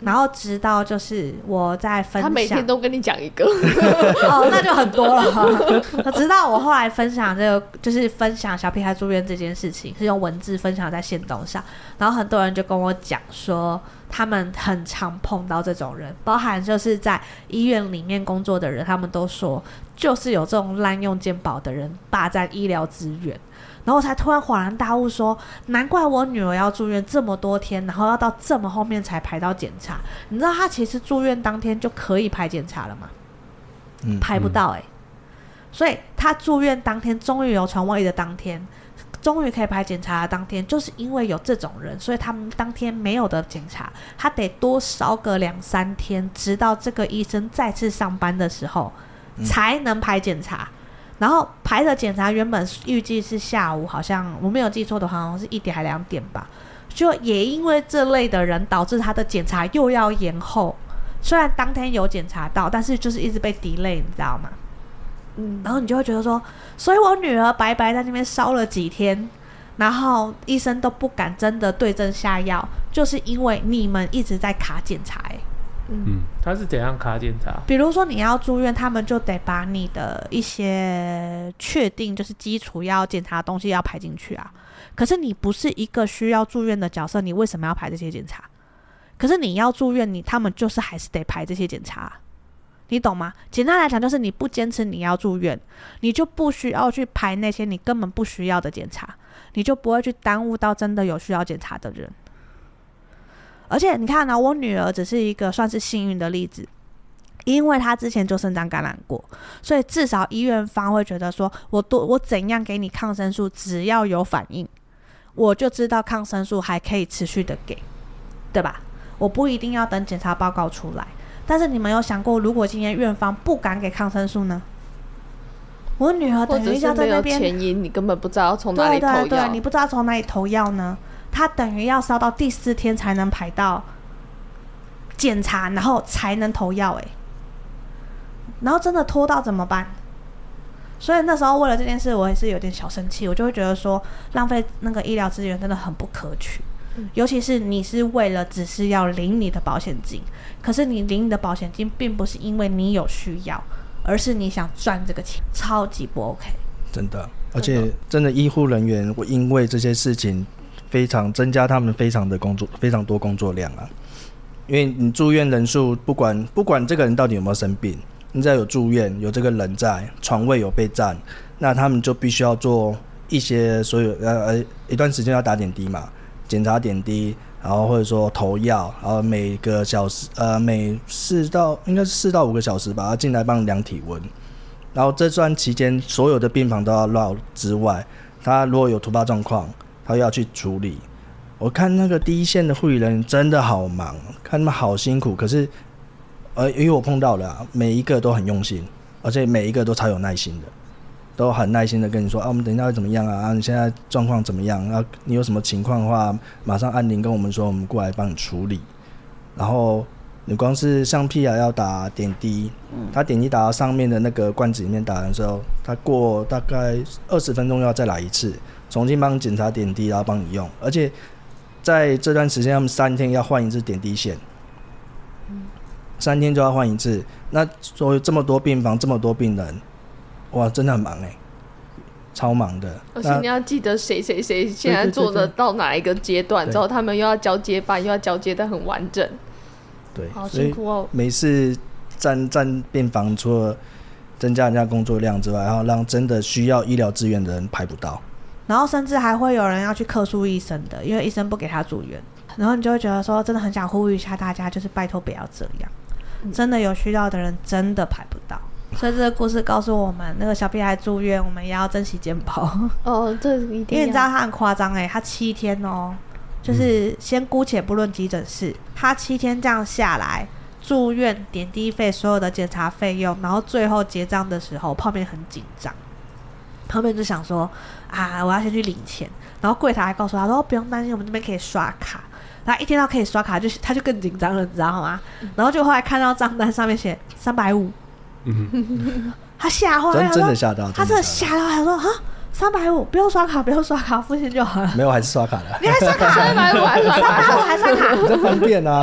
Speaker 2: 然后直到就是我在分
Speaker 4: 他
Speaker 2: 享，
Speaker 4: 每天都跟你讲一个，
Speaker 2: 哦，那就很多了。 直到我后来分享这个，就是分享小屁孩住院这件事情，是用文字分享在线动上，然后很多人就跟我讲说，他们很常碰到这种人，包含就是在医院里面工作的人，他们都说，就是有这种滥用健保的人霸占医疗资源。然后我才突然恍然大悟说，难怪我女儿要住院这么多天，然后要到这么后面才排到检查。你知道她其实住院当天就可以排检查了吗？
Speaker 3: 嗯，
Speaker 2: 排不到哎、欸所以他住院当天，终于有床位的当天，终于可以排检查的当天，就是因为有这种人，所以他们当天没有的检查，他得多烧个两三天，直到这个医生再次上班的时候，才能排检查。然后排的检查原本预计是下午，好像我没有记错的话，好像是一点还两点吧。就也因为这类的人，导致他的检查又要延后。虽然当天有检查到，但是就是一直被 delay，你知道吗？
Speaker 4: 嗯，
Speaker 2: 然后你就会觉得说，所以我女儿白白在那边烧了几天，然后医生都不敢真的对症下药，就是因为你们一直在卡检查、欸。
Speaker 5: 嗯，
Speaker 1: 他是怎样卡检查？
Speaker 2: 比如说你要住院，他们就得把你的一些确定就是基础要检查的东西要排进去啊。可是你不是一个需要住院的角色，你为什么要排这些检查？可是你要住院，你他们就是还是得排这些检查啊，你懂吗？简单来讲，就是你不坚持你要住院，你就不需要去排那些你根本不需要的检查，你就不会去耽误到真的有需要检查的人。而且你看呢、我女儿只是一个算是幸运的例子，因为她之前就生长感染过，所以至少医院方会觉得说，我多我怎样给你抗生素，只要有反应，我就知道抗生素还可以持续的给，对吧？我不一定要等检查报告出来。但是你们有想过，如果今天院方不敢给抗生素呢？我女儿
Speaker 4: 或
Speaker 2: 等
Speaker 4: 者
Speaker 2: 于要
Speaker 4: 是
Speaker 2: 在
Speaker 4: 没
Speaker 2: 那
Speaker 4: 有
Speaker 2: 边
Speaker 4: 前因，你根本不知道从哪
Speaker 2: 对啊
Speaker 4: 里
Speaker 2: 对
Speaker 4: 投
Speaker 2: 对，
Speaker 4: 药
Speaker 2: 你。不知道从哪里投药呢？他等于要烧到第四天才能排到检查，然后才能投药哎、然后真的拖到怎么办？所以那时候为了这件事，我也是有点小生气，我就会觉得说浪费那个医疗资源真的很不可取。
Speaker 4: 嗯
Speaker 2: 尤其是你是为了只是要领你的保险金，可是你领你的保险金并不是因为你有需要，而是你想赚这个钱，超级不 OK。
Speaker 3: 真的，而且真的医护人员，我因为这些事情非常增加他们非常的工作非常多工作量啊。因为你住院人数，不管不管这个人到底有没有生病，你只要有住院，有这个人在，床位有被占，那他们就必须要做一些所有呃呃一段时间要打点滴嘛，检查点滴，然后或者说投药，然后每个小时呃每四到应该是四到五个小时吧，要进来帮你量体温。然后这段期间所有的病房都要绕之外，他如果有突发状况，他要去处理。我看那个第一线的护理人员真的好忙，看他们好辛苦，可是呃，因为我碰到了啊、每一个都很用心，而且每一个都超有耐心的。都很耐心的跟你说啊，我们等一下会怎么样啊？啊，你现在状况怎么样？啊，你有什么情况的话，马上按铃跟我们说，我们过来帮你处理。然后你光是橡皮啊，要打点滴，他点滴打到上面的那个罐子里面打的时候，他过大概二十分钟要再来一次，重新帮你检查点滴，然后帮你用。而且在这段时间，他们三天要换一次点滴线，三天就要换一次。那所以这么多病房，这么多病人，哇，真的很忙哎、超忙的。
Speaker 4: 而且
Speaker 3: 那
Speaker 4: 你要记得谁谁谁现在
Speaker 3: 对对对
Speaker 4: 做的
Speaker 3: 对
Speaker 4: 到哪一个阶段
Speaker 3: 对
Speaker 4: 之后，他们又要交接班，又要交接的很完整，
Speaker 3: 对，
Speaker 4: 好
Speaker 3: 所以
Speaker 4: 辛苦哦。
Speaker 3: 每次占占病房，除了增加人家工作量之外，然后让真的需要医疗资源的人排不到。
Speaker 2: 然后甚至还会有人要去客诉医生的，因为医生不给他住院，然后你就会觉得说，真的很想呼吁一下大家，就是拜托不要这样，真的有需要的人真的排不到。所以这个故事告诉我们，那个小屁孩住院，我们也要珍惜肩膀，
Speaker 4: 哦，这一定
Speaker 2: 因为你知
Speaker 4: 要
Speaker 2: 道他很夸张哎、他七天哦，
Speaker 3: 嗯
Speaker 2: 就是先姑且不论急诊室，他七天这样下来，住院点滴费、所有的检查费用，然后最后结账的时候，泡面很紧张，泡面就想说啊，我要先去领钱，然后柜台还告诉他说、哦、不用担心，我们这边可以刷卡。然后一听到可以刷卡，就他就更紧张了，你知道吗？然后就后来看到账单上面写三百五，
Speaker 5: 嗯，
Speaker 2: 他吓坏了，
Speaker 3: 真
Speaker 2: 他
Speaker 3: 真的
Speaker 2: 说
Speaker 3: 吓到，
Speaker 2: 哎他真
Speaker 3: 真
Speaker 2: 的
Speaker 3: 的
Speaker 2: 吓到，他说啊，三百五不用刷卡，不用刷卡，付钱就好了。
Speaker 3: 没有还是刷卡 了，
Speaker 2: 你还刷卡？
Speaker 4: 三百五还刷
Speaker 2: 三百
Speaker 4: 卡，
Speaker 2: 五还刷卡？
Speaker 3: 这方便 啊，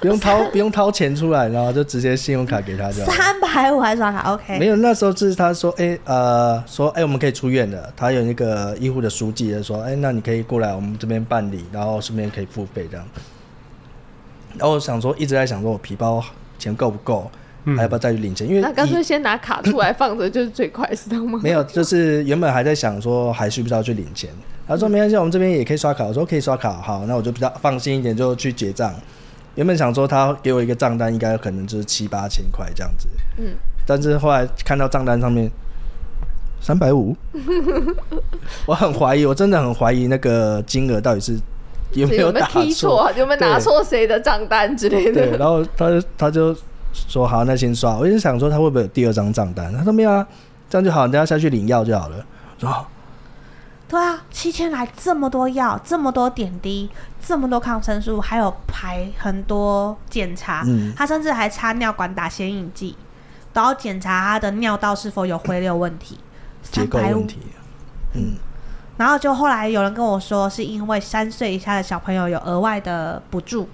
Speaker 3: 不用掏不用掏钱出来，然后就直接信用卡给他就 好了。
Speaker 2: 三百五还刷卡
Speaker 3: 没
Speaker 2: ？OK。
Speaker 3: 有，那时候是他说，哎、呃，说，哎、我们可以出院了。他有那个医护的书记就说，哎、那你可以过来我们这边办理，然后顺便可以付费这样。然后我想说，一直在想说我皮包钱够不够，还要不要再去领钱？因为
Speaker 4: 那干
Speaker 3: 以
Speaker 4: 脆先拿卡出来放着，就是最快，知道吗？
Speaker 3: 没有，就是原本还在想说还需不需要去领钱，他说没关系，我们这边也可以刷卡。我说可以刷卡，好，那我就比较放心一点，就去结账。原本想说他给我一个账单，应该可能就是七八千块这样子，
Speaker 4: 嗯，
Speaker 3: 但是后来看到账单上面三百五，我很怀疑，我真的很怀疑那个金额到底是 有没
Speaker 4: 有没
Speaker 3: 打
Speaker 4: 有踢错？啊有没有拿错谁的账单之类
Speaker 3: 对，
Speaker 4: 的？
Speaker 3: 然后他就他就说好，那先刷。我就想说他会不会有第二张账单？他说没有啊，这样就好，你等下下去领药就好了。”说哦
Speaker 2: 对啊，七千来这么多药，这么多点滴，这么多抗生素，还有排很多检查，
Speaker 3: 嗯
Speaker 2: 他甚至还插尿管打显影剂，然后检查他的尿道是否有回流问题，
Speaker 3: 结构
Speaker 2: 350
Speaker 3: 问题，嗯，
Speaker 2: 然后就后来有人跟我说，是因为三岁以下的小朋友有额外的补助，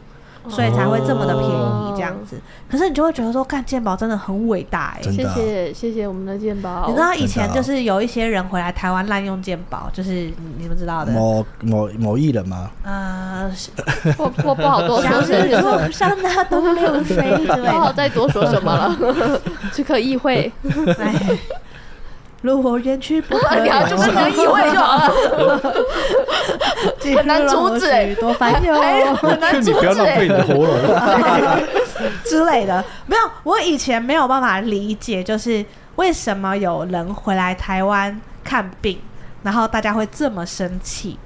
Speaker 2: 所以才会这么的便宜这样子。
Speaker 4: 哦
Speaker 2: 可是你就会觉得说，干健保真的很伟大哎、
Speaker 3: 真
Speaker 4: 谢
Speaker 3: 的啊
Speaker 4: 谢谢谢我们的健宝，
Speaker 2: 你知道以前
Speaker 3: 真的
Speaker 2: 就
Speaker 3: 啊
Speaker 2: 是有一些人回来台湾滥用健保，就是你你们知道的，
Speaker 3: 某某某艺人嘛，
Speaker 2: 呃，想
Speaker 4: 我我不好多哦说什
Speaker 2: 日
Speaker 4: 么，
Speaker 2: 出上那东流水之类
Speaker 4: 不好
Speaker 2: 的。
Speaker 4: 再多说什么了， 只可意 会，
Speaker 2: 哎如我愿去不可
Speaker 4: 你要就跟可意会就好了，
Speaker 2: 进入
Speaker 4: 很难阻止哎
Speaker 2: 了许多烦忧
Speaker 4: 还很难
Speaker 5: 劝你
Speaker 4: 阻
Speaker 5: 不要
Speaker 4: 止
Speaker 5: 浪费
Speaker 4: 欸
Speaker 5: 你。的喉咙。
Speaker 2: 之类的。 没有，我以前没有办法理解，就是为什么有人回来台湾看病，然后大家会这么生气，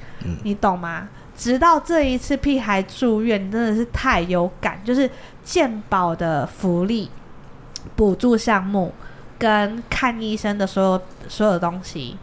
Speaker 2: 你懂吗？直到这一次屁孩住院，真的是太有感，就是健保的福利补助项目跟看医生的所有所有的东西，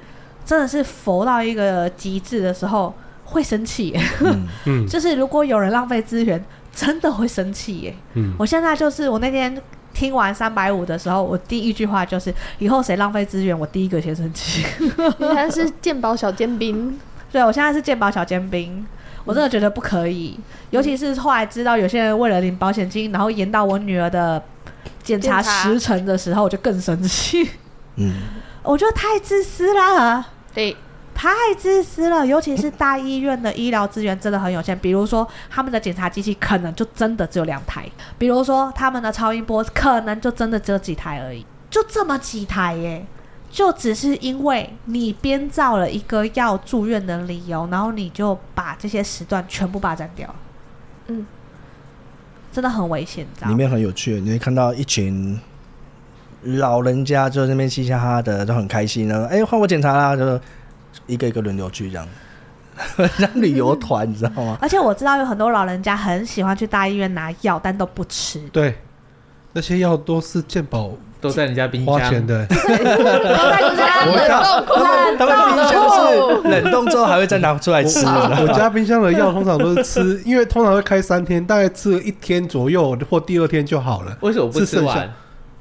Speaker 2: 真的是佛到一个极致的时候会生气 耶。
Speaker 3: 嗯，
Speaker 5: 嗯
Speaker 2: 就是如果有人浪费资源，真的会生气耶。
Speaker 5: 嗯，
Speaker 2: 我现在就是我那天听完三百五的时候，我第一句话就是以后谁浪费资源，我第一个先生气。
Speaker 4: 你看是鉴宝小尖兵，
Speaker 2: 对我现在是健保小尖兵。我真的觉得不可以，尤其是后来知道有些人为了领保险金，然后延到我女儿的检查
Speaker 4: 检查
Speaker 2: 时辰的时候，我就更生气。
Speaker 3: 嗯，
Speaker 2: 我觉得太自私了。
Speaker 4: 对，
Speaker 2: 太自私了，尤其是大医院的医疗资源真的很有限。比如说，他们的检查机器可能就真的只有两台；，比如说，他们的超音波可能就真的只有几台而已，就这么几台耶。就只是因为你编造了一个要住院的理由，然后你就把这些时段全部霸占掉了。
Speaker 4: 嗯，
Speaker 2: 真的很危险，你知道
Speaker 3: 里
Speaker 2: 吗？
Speaker 3: 面很有趣，你会看到一群老人家就在那边嘻嘻哈哈的，都很开心，然后哎换我检查啦，就一个一个轮流去这样，像旅游团，你知道 吗？
Speaker 2: 而且我知道有很多老人家很喜欢去大医院拿药，但都不吃。
Speaker 5: 对，那些药都是健保
Speaker 1: 都在人家冰
Speaker 5: 花
Speaker 1: 箱
Speaker 5: 钱。的，
Speaker 4: 大家冷冻库，
Speaker 3: 他们冰
Speaker 4: 哦
Speaker 3: 箱是冷冻之后还会再拿出来吃，
Speaker 5: 我家冰箱的药通常都是吃，因为通常会开三天，大概吃了一天左右或第二天就好了。
Speaker 1: 为什么不
Speaker 5: 是
Speaker 1: 吃
Speaker 5: 剩下
Speaker 1: 完？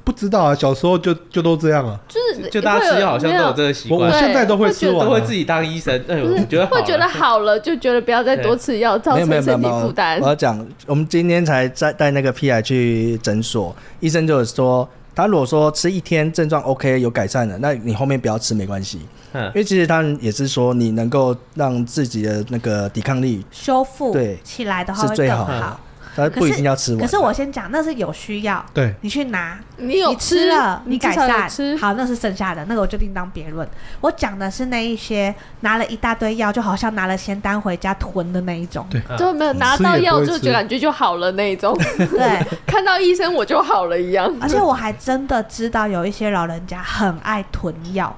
Speaker 5: 不知道啊，小时候就就都这样啊。
Speaker 4: 就是
Speaker 1: 就大家吃药好像都有这个习
Speaker 5: 我我
Speaker 1: 惯，
Speaker 4: 对
Speaker 5: 现在都会
Speaker 4: 会觉
Speaker 5: 吃
Speaker 4: 得
Speaker 5: 完啊，
Speaker 1: 都会自己当医生。哎呦，
Speaker 4: 不是会
Speaker 1: 我觉得好了
Speaker 4: 觉得好了，就觉得不要再多吃药，造
Speaker 3: 没有没
Speaker 4: 成
Speaker 3: 有没有没
Speaker 4: 身体
Speaker 3: 有
Speaker 4: 负担
Speaker 3: 我。要讲，我们今天才在带那个 P I 去诊所，医生就有说，他如果说吃一天症状 OK 有改善了，那你后面不要吃没关系，因
Speaker 1: 嗯，
Speaker 3: 为其实他们也是说你能够让自己的那个抵抗力，
Speaker 2: 修复
Speaker 3: 对
Speaker 2: 起来的话会
Speaker 3: 是最
Speaker 2: 更
Speaker 3: 好
Speaker 1: 的
Speaker 2: 好
Speaker 3: 他不一定要吃完。
Speaker 2: 可是我先讲，那是有需要，
Speaker 5: 对，
Speaker 2: 你去拿，
Speaker 4: 你有
Speaker 2: 你吃了，
Speaker 4: 你
Speaker 2: 你改
Speaker 4: 至少有
Speaker 2: 善，
Speaker 4: 吃
Speaker 2: 好，那是剩下的，那个我就另当别论。我讲的是那一些拿了一大堆药，就好像拿了仙丹回家囤的那一种，
Speaker 5: 对
Speaker 4: 就没有拿到药就就感觉就好了那一种，
Speaker 2: 对。
Speaker 4: 看到医生我就好了一样。
Speaker 2: 而且我还真的知道有一些老人家很爱囤药，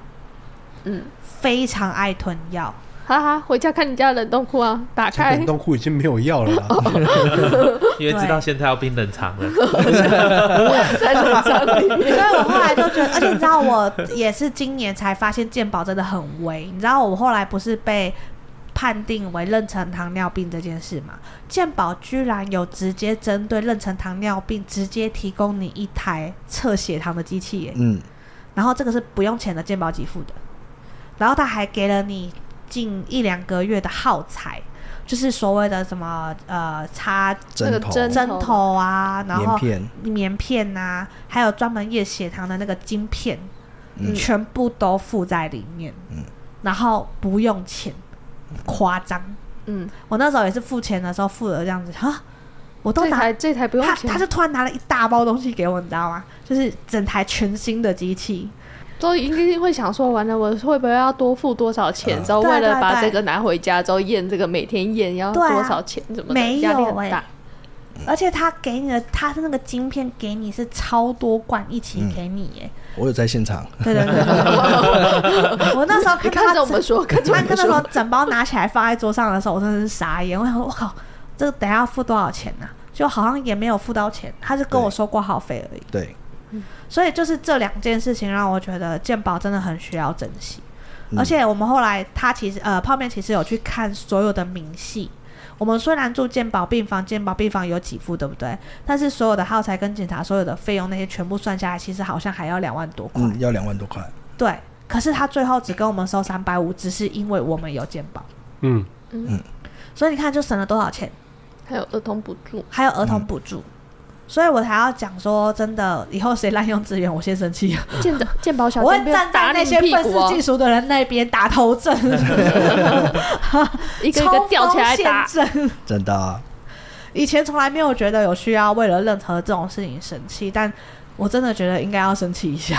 Speaker 4: 嗯，
Speaker 2: 非常爱囤药。
Speaker 4: 哈哈，回家看你家的冷冻库啊，打
Speaker 5: 这
Speaker 4: 开
Speaker 5: 冷。冻库已经没有药了啦。
Speaker 2: 哦
Speaker 1: 因为知道现在要冰冷藏了，
Speaker 2: 所以我后来就觉得，而且你知道，我 也是今年才发现健保真的很危。你知道，我后来不是被判定为妊娠糖尿病这件事嘛？健保居然有直接针对妊娠糖尿病直接提供你一台测血糖的机器耶，
Speaker 3: 嗯，
Speaker 2: 然后这个是不用钱的，健保给付的，然后他还给了你近一两个月的耗材。就是所谓的什么呃插
Speaker 4: 那个
Speaker 3: 针头、
Speaker 4: 针
Speaker 2: 针
Speaker 4: 头
Speaker 2: 头啊，然后
Speaker 3: 棉片，
Speaker 2: 棉片呐、还有专门验血糖的那个晶片，
Speaker 3: 嗯
Speaker 2: 全部都附在里面，
Speaker 3: 嗯
Speaker 2: 然后不用钱，夸张。
Speaker 4: 嗯，
Speaker 2: 我那时候也是付钱的时候付了这样子啊，我都
Speaker 4: 这
Speaker 2: 拿
Speaker 4: 台这台不用
Speaker 2: 他
Speaker 4: 钱
Speaker 2: 他，就突然拿了一大包东西给我，你知道吗？就是整台全新的机器，
Speaker 4: 都一定会想说，完了我会不会要多付多少钱？
Speaker 3: 嗯
Speaker 4: 之后
Speaker 2: 对
Speaker 4: 为了
Speaker 2: 对
Speaker 4: 把
Speaker 2: 对
Speaker 4: 这个拿回家之后验这个每天验要
Speaker 2: 对啊
Speaker 4: 多少钱，怎么的
Speaker 2: 没有
Speaker 4: 压力很
Speaker 2: 欸
Speaker 4: 大。
Speaker 3: 嗯
Speaker 2: 而且他给你的他的那个晶片给你是超多罐一
Speaker 3: 嗯
Speaker 2: 起给你耶，
Speaker 3: 我有在现场，
Speaker 2: 对对对对 对对我那时候
Speaker 4: 你
Speaker 2: 看
Speaker 4: 看
Speaker 2: 到
Speaker 4: 着我们 说，看着我
Speaker 2: 他那
Speaker 4: 们
Speaker 2: 时候
Speaker 4: 说，
Speaker 2: 整包拿起来放在桌上的时候，我真的是傻眼。我想说，我靠，啊这个等一下要付多少钱呢、就好像也没有付到钱，他是跟我收挂号费而已。
Speaker 3: 对，
Speaker 2: 嗯所以就是这两件事情让我觉得健保真的很需要珍惜。
Speaker 3: 嗯
Speaker 2: 而且我们后来他其实呃泡面其实有去看所有的明细。我们虽然住健保病房，健保病房有几付，对不对？但是所有的耗材跟检查所有的费用那些全部算下来，其实好像还要两万多块。
Speaker 3: 嗯，要两万多块，
Speaker 2: 对，可是他最后只跟我们收三百五，只是因为我们有健保，
Speaker 5: 嗯，
Speaker 2: 所以你看就省了多少钱，
Speaker 4: 还有儿童补助，
Speaker 2: 还有儿童补助。所以我才要讲说，真的，以后谁滥用资源，我先生气了。
Speaker 4: 健的健保小
Speaker 2: 我
Speaker 4: 尖
Speaker 2: 会
Speaker 4: 兵
Speaker 2: 站
Speaker 4: 打
Speaker 2: 在那
Speaker 4: 你
Speaker 2: 些
Speaker 4: 屁
Speaker 2: 愤
Speaker 4: 股
Speaker 2: 世
Speaker 4: 哦
Speaker 2: 嫉，俗的人那边打头阵，
Speaker 4: 一个一个吊起来打
Speaker 2: 冲锋。陷阵。
Speaker 3: 真的、啊。
Speaker 2: 以前从来没有觉得有需要为了任何这种事情生气，但我真的觉得应该要生气一 下。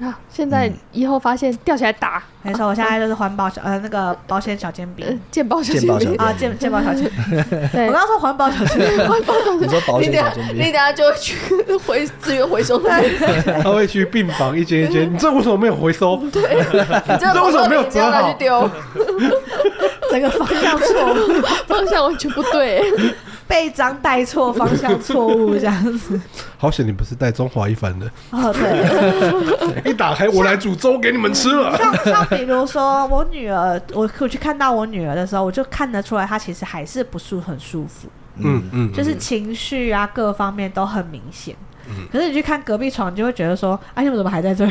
Speaker 4: 啊！现
Speaker 3: 嗯
Speaker 4: 在以后发现吊起来打，
Speaker 2: 没错，我现在就是环保小呃那个保险小煎
Speaker 4: 呃
Speaker 2: 饼，
Speaker 4: 健保小
Speaker 3: 健保
Speaker 4: 尖
Speaker 3: 小
Speaker 4: 兵，
Speaker 2: 啊，健健保小煎饼。
Speaker 4: 对
Speaker 2: 我刚刚说环保小 煎饼，
Speaker 3: 你说保
Speaker 4: 你
Speaker 3: 险
Speaker 4: 等
Speaker 3: 小
Speaker 4: 下，
Speaker 3: 尖
Speaker 4: 你等
Speaker 3: 兵，
Speaker 4: 下就会去回资源回收那里，
Speaker 5: 他会去病房一间一间，你这为什么没有回收？
Speaker 4: 你这
Speaker 5: 哎这为什么没有
Speaker 4: 你这样拿
Speaker 5: 折好
Speaker 4: 去丢？
Speaker 2: 整个方向错误，
Speaker 4: 方向完全不对，
Speaker 2: 被章带错，方向错误这样 子。
Speaker 5: 好险你不是带中华一番的，
Speaker 2: 哦，对。
Speaker 5: 一打开我来煮粥给你们吃了。
Speaker 2: 像像比如说，我女儿，我我去看到我女儿的时候，我就看得出来，她其实还是不是很舒服，
Speaker 5: 嗯嗯，
Speaker 2: 就是情绪啊各方面都很明显。可是你去看隔壁床，你就会觉得说，哎、你们怎么还在这儿？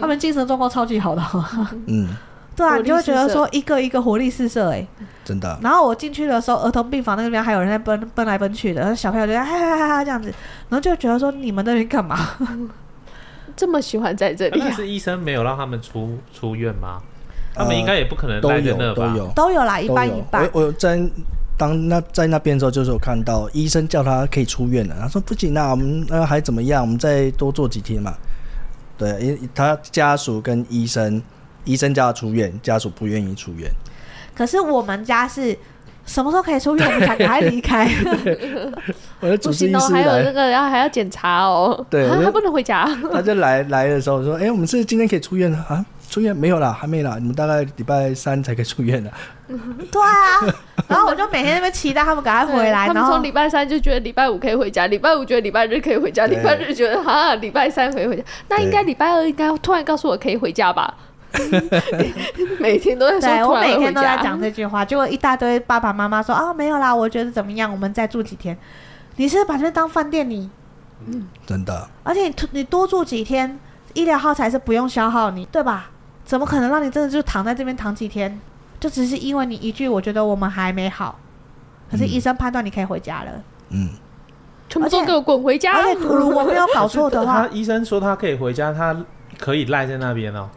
Speaker 2: 他们精神状况超级好的哦、
Speaker 3: 嗯，
Speaker 2: 对啊，你就会觉得
Speaker 4: 活力四
Speaker 2: 说一个一个活力四射哎、
Speaker 3: 真的啊、
Speaker 2: 然后我进去的时候，儿童病房那边还有人在奔奔来奔去的，然后小朋友就在哈哈哈哈这样子，然后就觉得说你们那边干嘛？
Speaker 4: 这么喜欢在这里
Speaker 1: 但
Speaker 4: 啊，
Speaker 1: 是医生没有让他们出出院吗？他们
Speaker 3: 呃
Speaker 1: 应该也不可能
Speaker 3: 都
Speaker 1: 待在那
Speaker 3: 有
Speaker 1: 吧？
Speaker 3: 都有
Speaker 2: 都有啦，一
Speaker 3: 都
Speaker 2: 半
Speaker 3: 有
Speaker 2: 一半。
Speaker 3: 我我在当那在那边的时候，就是有看到医生叫他可以出院了，他说不行啊，我们呃还怎么样，我们再多做几天嘛。对，因为他家属跟医生，医生叫他出院，家属不愿意出院。
Speaker 2: 可是我们家是什么时候可以出院，我们才赶快离开。
Speaker 3: 我的
Speaker 4: 不
Speaker 3: 主治
Speaker 4: 行
Speaker 3: 医
Speaker 4: 哦，
Speaker 3: 师
Speaker 4: 还有那
Speaker 3: 来，
Speaker 4: 个，然后还要检查哦，
Speaker 3: 对
Speaker 4: 啊
Speaker 3: 我就
Speaker 4: 还不能回家，
Speaker 3: 他就来来的时候说，哎、我们是今天可以出院了啊？出院没有啦，还没啦，你们大概礼拜三才可以出院的。
Speaker 2: 对啊，然后我就每天在那边期待他们赶快回来，然
Speaker 4: 他们
Speaker 2: 后
Speaker 4: 从礼拜三就觉得礼拜五可以回家，礼拜五觉得礼拜日可以回家，
Speaker 3: 对
Speaker 4: 礼拜日觉得哈礼拜三可以回家，那应该礼拜二应该突然告诉我可以回 家吧？每天都在
Speaker 2: 对
Speaker 4: 说突
Speaker 2: 我
Speaker 4: 然
Speaker 2: 每
Speaker 4: 会回
Speaker 2: 天都在
Speaker 4: 家
Speaker 2: 讲，这句话，结果一大堆爸爸妈妈说啊没有啦，我觉得怎么样，我们再住几天。你是把这边当饭店你，
Speaker 3: 真的，
Speaker 2: 而且你你多住几天，医疗耗材是不用消耗你，对吧？怎么可能让你真的就躺在这边躺几天？就只是因为你一句我觉得我们还没好，可是医生判断你可以回家了。
Speaker 3: 嗯，
Speaker 4: 全部都给我滚回家
Speaker 2: 而！且如果没有搞错哦的话
Speaker 1: 他，医生说他可以回家，他可以赖在那边哦。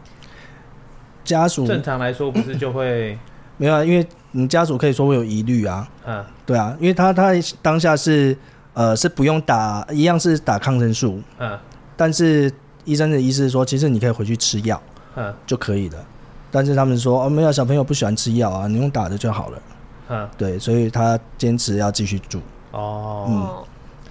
Speaker 3: 家
Speaker 2: 嗯
Speaker 3: 属
Speaker 1: 正常来说，不是就会
Speaker 3: 没有啊，因为你家属可以说我有疑虑啊，
Speaker 1: 嗯
Speaker 3: 对啊，因为他他当下是呃是不用打，一样是打抗生素，
Speaker 1: 嗯
Speaker 3: 但是医生的意思是说，其实你可以回去吃药
Speaker 1: 嗯
Speaker 3: 就可以了。但是他们说哦，没有小朋友不喜欢吃药啊，你用打的就好了。
Speaker 1: 嗯
Speaker 3: 对，所以他坚持要继续住。
Speaker 2: 嗯
Speaker 1: 哦，
Speaker 4: 哦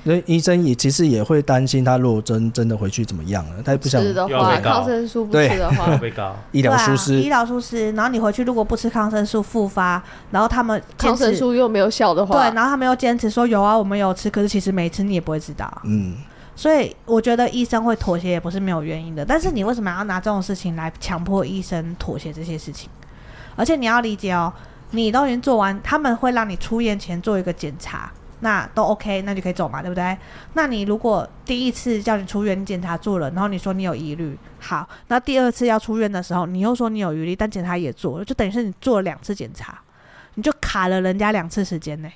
Speaker 3: 所嗯以医生也其实也会担心他如果真真的回去怎么样啊了，他也不想
Speaker 4: 吃的
Speaker 1: 又要
Speaker 4: 话，
Speaker 1: 被告
Speaker 4: 抗生素不
Speaker 3: 对
Speaker 4: 吃的 话，
Speaker 1: 被告
Speaker 3: 医疗疏
Speaker 2: 对啊、医
Speaker 3: 失。
Speaker 2: 疗疏失，然后你回去如果不吃抗生素复发，然后他们坚
Speaker 4: 抗生
Speaker 2: 持
Speaker 4: 素又没有效的
Speaker 2: 对，
Speaker 4: 话，
Speaker 2: 然后他们又坚持说有啊，我们有吃，可是其实没吃，你也不会知道啊。
Speaker 3: 嗯，
Speaker 2: 所以我觉得医生会妥协也不是没有原因的，但是你为什么要拿这种事情来强迫医生妥协这些事情？而且你要理解哦，你都已经做完，他们会让你出院前做一个检查，那都 OK，那就可以走嘛，对不对？那你如果第一次叫你出院，你检查做了，然后你说你有疑虑，好，那第二次要出院的时候，你又说你有疑虑，但检查也做了，就等于是你做了两次检查，你就卡了人家两次时间呢、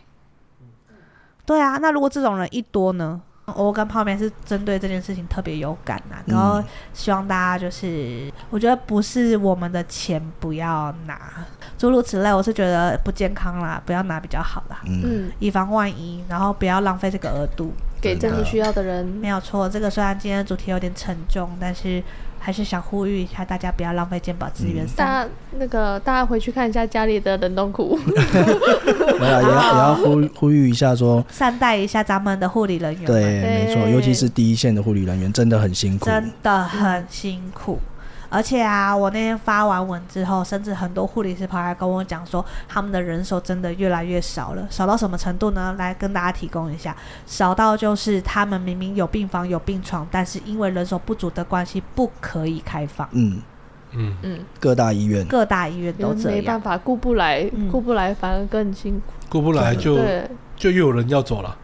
Speaker 2: 对啊，那如果这种人一多呢？我跟泡面是针对这件事情特别有感呐、然后希望大家就是，我觉得不是我们的钱不要拿，诸如此类，我是觉得不健康啦，不要拿比较好啦，
Speaker 4: 嗯，
Speaker 2: 以防万一，然后不要浪费这个额度。
Speaker 4: 给真的需要的人
Speaker 2: 没有错，这个虽然今天的主题有点沉重，但是还是想呼吁一下大家不要浪费健保资源。
Speaker 4: 大家那个大家回去看一下家里的冷冻库，
Speaker 3: 没有也要也要呼呼吁一下说，
Speaker 2: 善待一下咱们的护理人员们，
Speaker 3: 对，没错，尤其是第一线的护理人员真的很辛苦。
Speaker 2: 真的很辛苦。而且啊，我那天发完文之后，甚至很多护理师跑来跟我讲说，他们的人手真的越来越少了，少到什么程度呢？来跟大家提供一下，少到就是他们明明有病房有病床，但是因为人手不足的关系，不可以开放。
Speaker 3: 嗯，
Speaker 5: 嗯，
Speaker 4: 嗯，
Speaker 3: 各大医院
Speaker 2: 各大医院
Speaker 4: 因
Speaker 2: 都
Speaker 4: 为
Speaker 2: 这
Speaker 4: 没
Speaker 2: 样
Speaker 4: 办，法顾不来
Speaker 2: 嗯，
Speaker 4: 顾不来反而更辛苦。
Speaker 5: 过不来就
Speaker 4: 对，
Speaker 5: 就又有人要走了，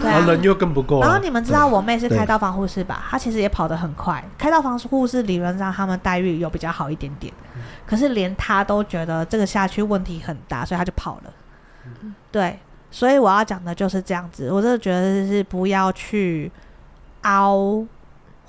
Speaker 2: 对
Speaker 5: 然
Speaker 2: 啊
Speaker 5: 后。人又更不够
Speaker 2: 然后
Speaker 5: 了。
Speaker 2: 你们知道我妹是
Speaker 3: 对
Speaker 2: 开刀房护士吧？她其实也跑得很快。开刀房护士理论上他们待遇有比较好一点点，可是连她都觉得这个下去问题很大，所以她就跑了。对，所以我要讲的就是这样子。我真的觉得是不要去凹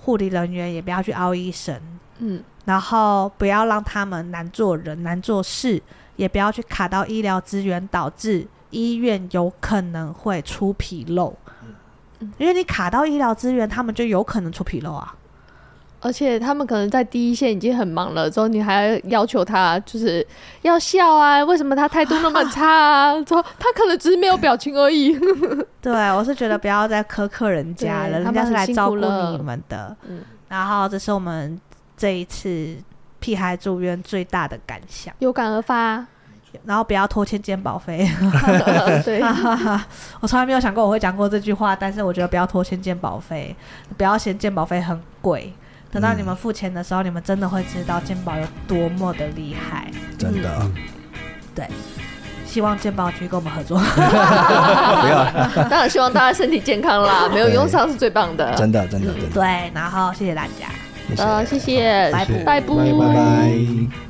Speaker 2: 护理人员，也不要去凹医生，
Speaker 4: 嗯，
Speaker 2: 然后不要让他们难做人、难做事，也不要去卡到医疗资源，导致医院有可能会出纰漏。
Speaker 4: 嗯
Speaker 2: 因为你卡到医疗资源，他们就有可能出纰漏啊。
Speaker 4: 而且他们可能在第一线已经很忙了，之后你还要求他就是要笑啊，为什么他态度那么差啊？之后他可能只是没有表情而已。
Speaker 2: 对，我是觉得不要再苛刻人家了，
Speaker 4: 对
Speaker 2: 人家是来照顾
Speaker 4: 他们很辛苦
Speaker 2: 你
Speaker 4: 了
Speaker 2: 们的。
Speaker 4: 嗯
Speaker 2: 然后这是我们这一次屁孩住院最大的感想，
Speaker 4: 有感而发，
Speaker 2: 然后不要拖欠健保费。
Speaker 4: 对，
Speaker 2: 哈哈哈，我从来没有想过我会讲过这句话，但是我觉得不要拖欠健保费，不要嫌健保费很贵。等到你们付钱的时候，你们真的会知道健保有多么的厉害。
Speaker 3: 真的、
Speaker 5: 嗯
Speaker 2: 希望健保局跟我们合作。
Speaker 3: 不要，
Speaker 4: 当然希望大家身体健康啦，没有用上是最棒的。
Speaker 3: 真的真的真的，
Speaker 2: 对，然后谢谢大家。
Speaker 3: 谢谢
Speaker 4: 呃，谢谢，
Speaker 2: 拜
Speaker 5: 谢谢
Speaker 4: 拜拜
Speaker 5: 拜
Speaker 3: 拜拜。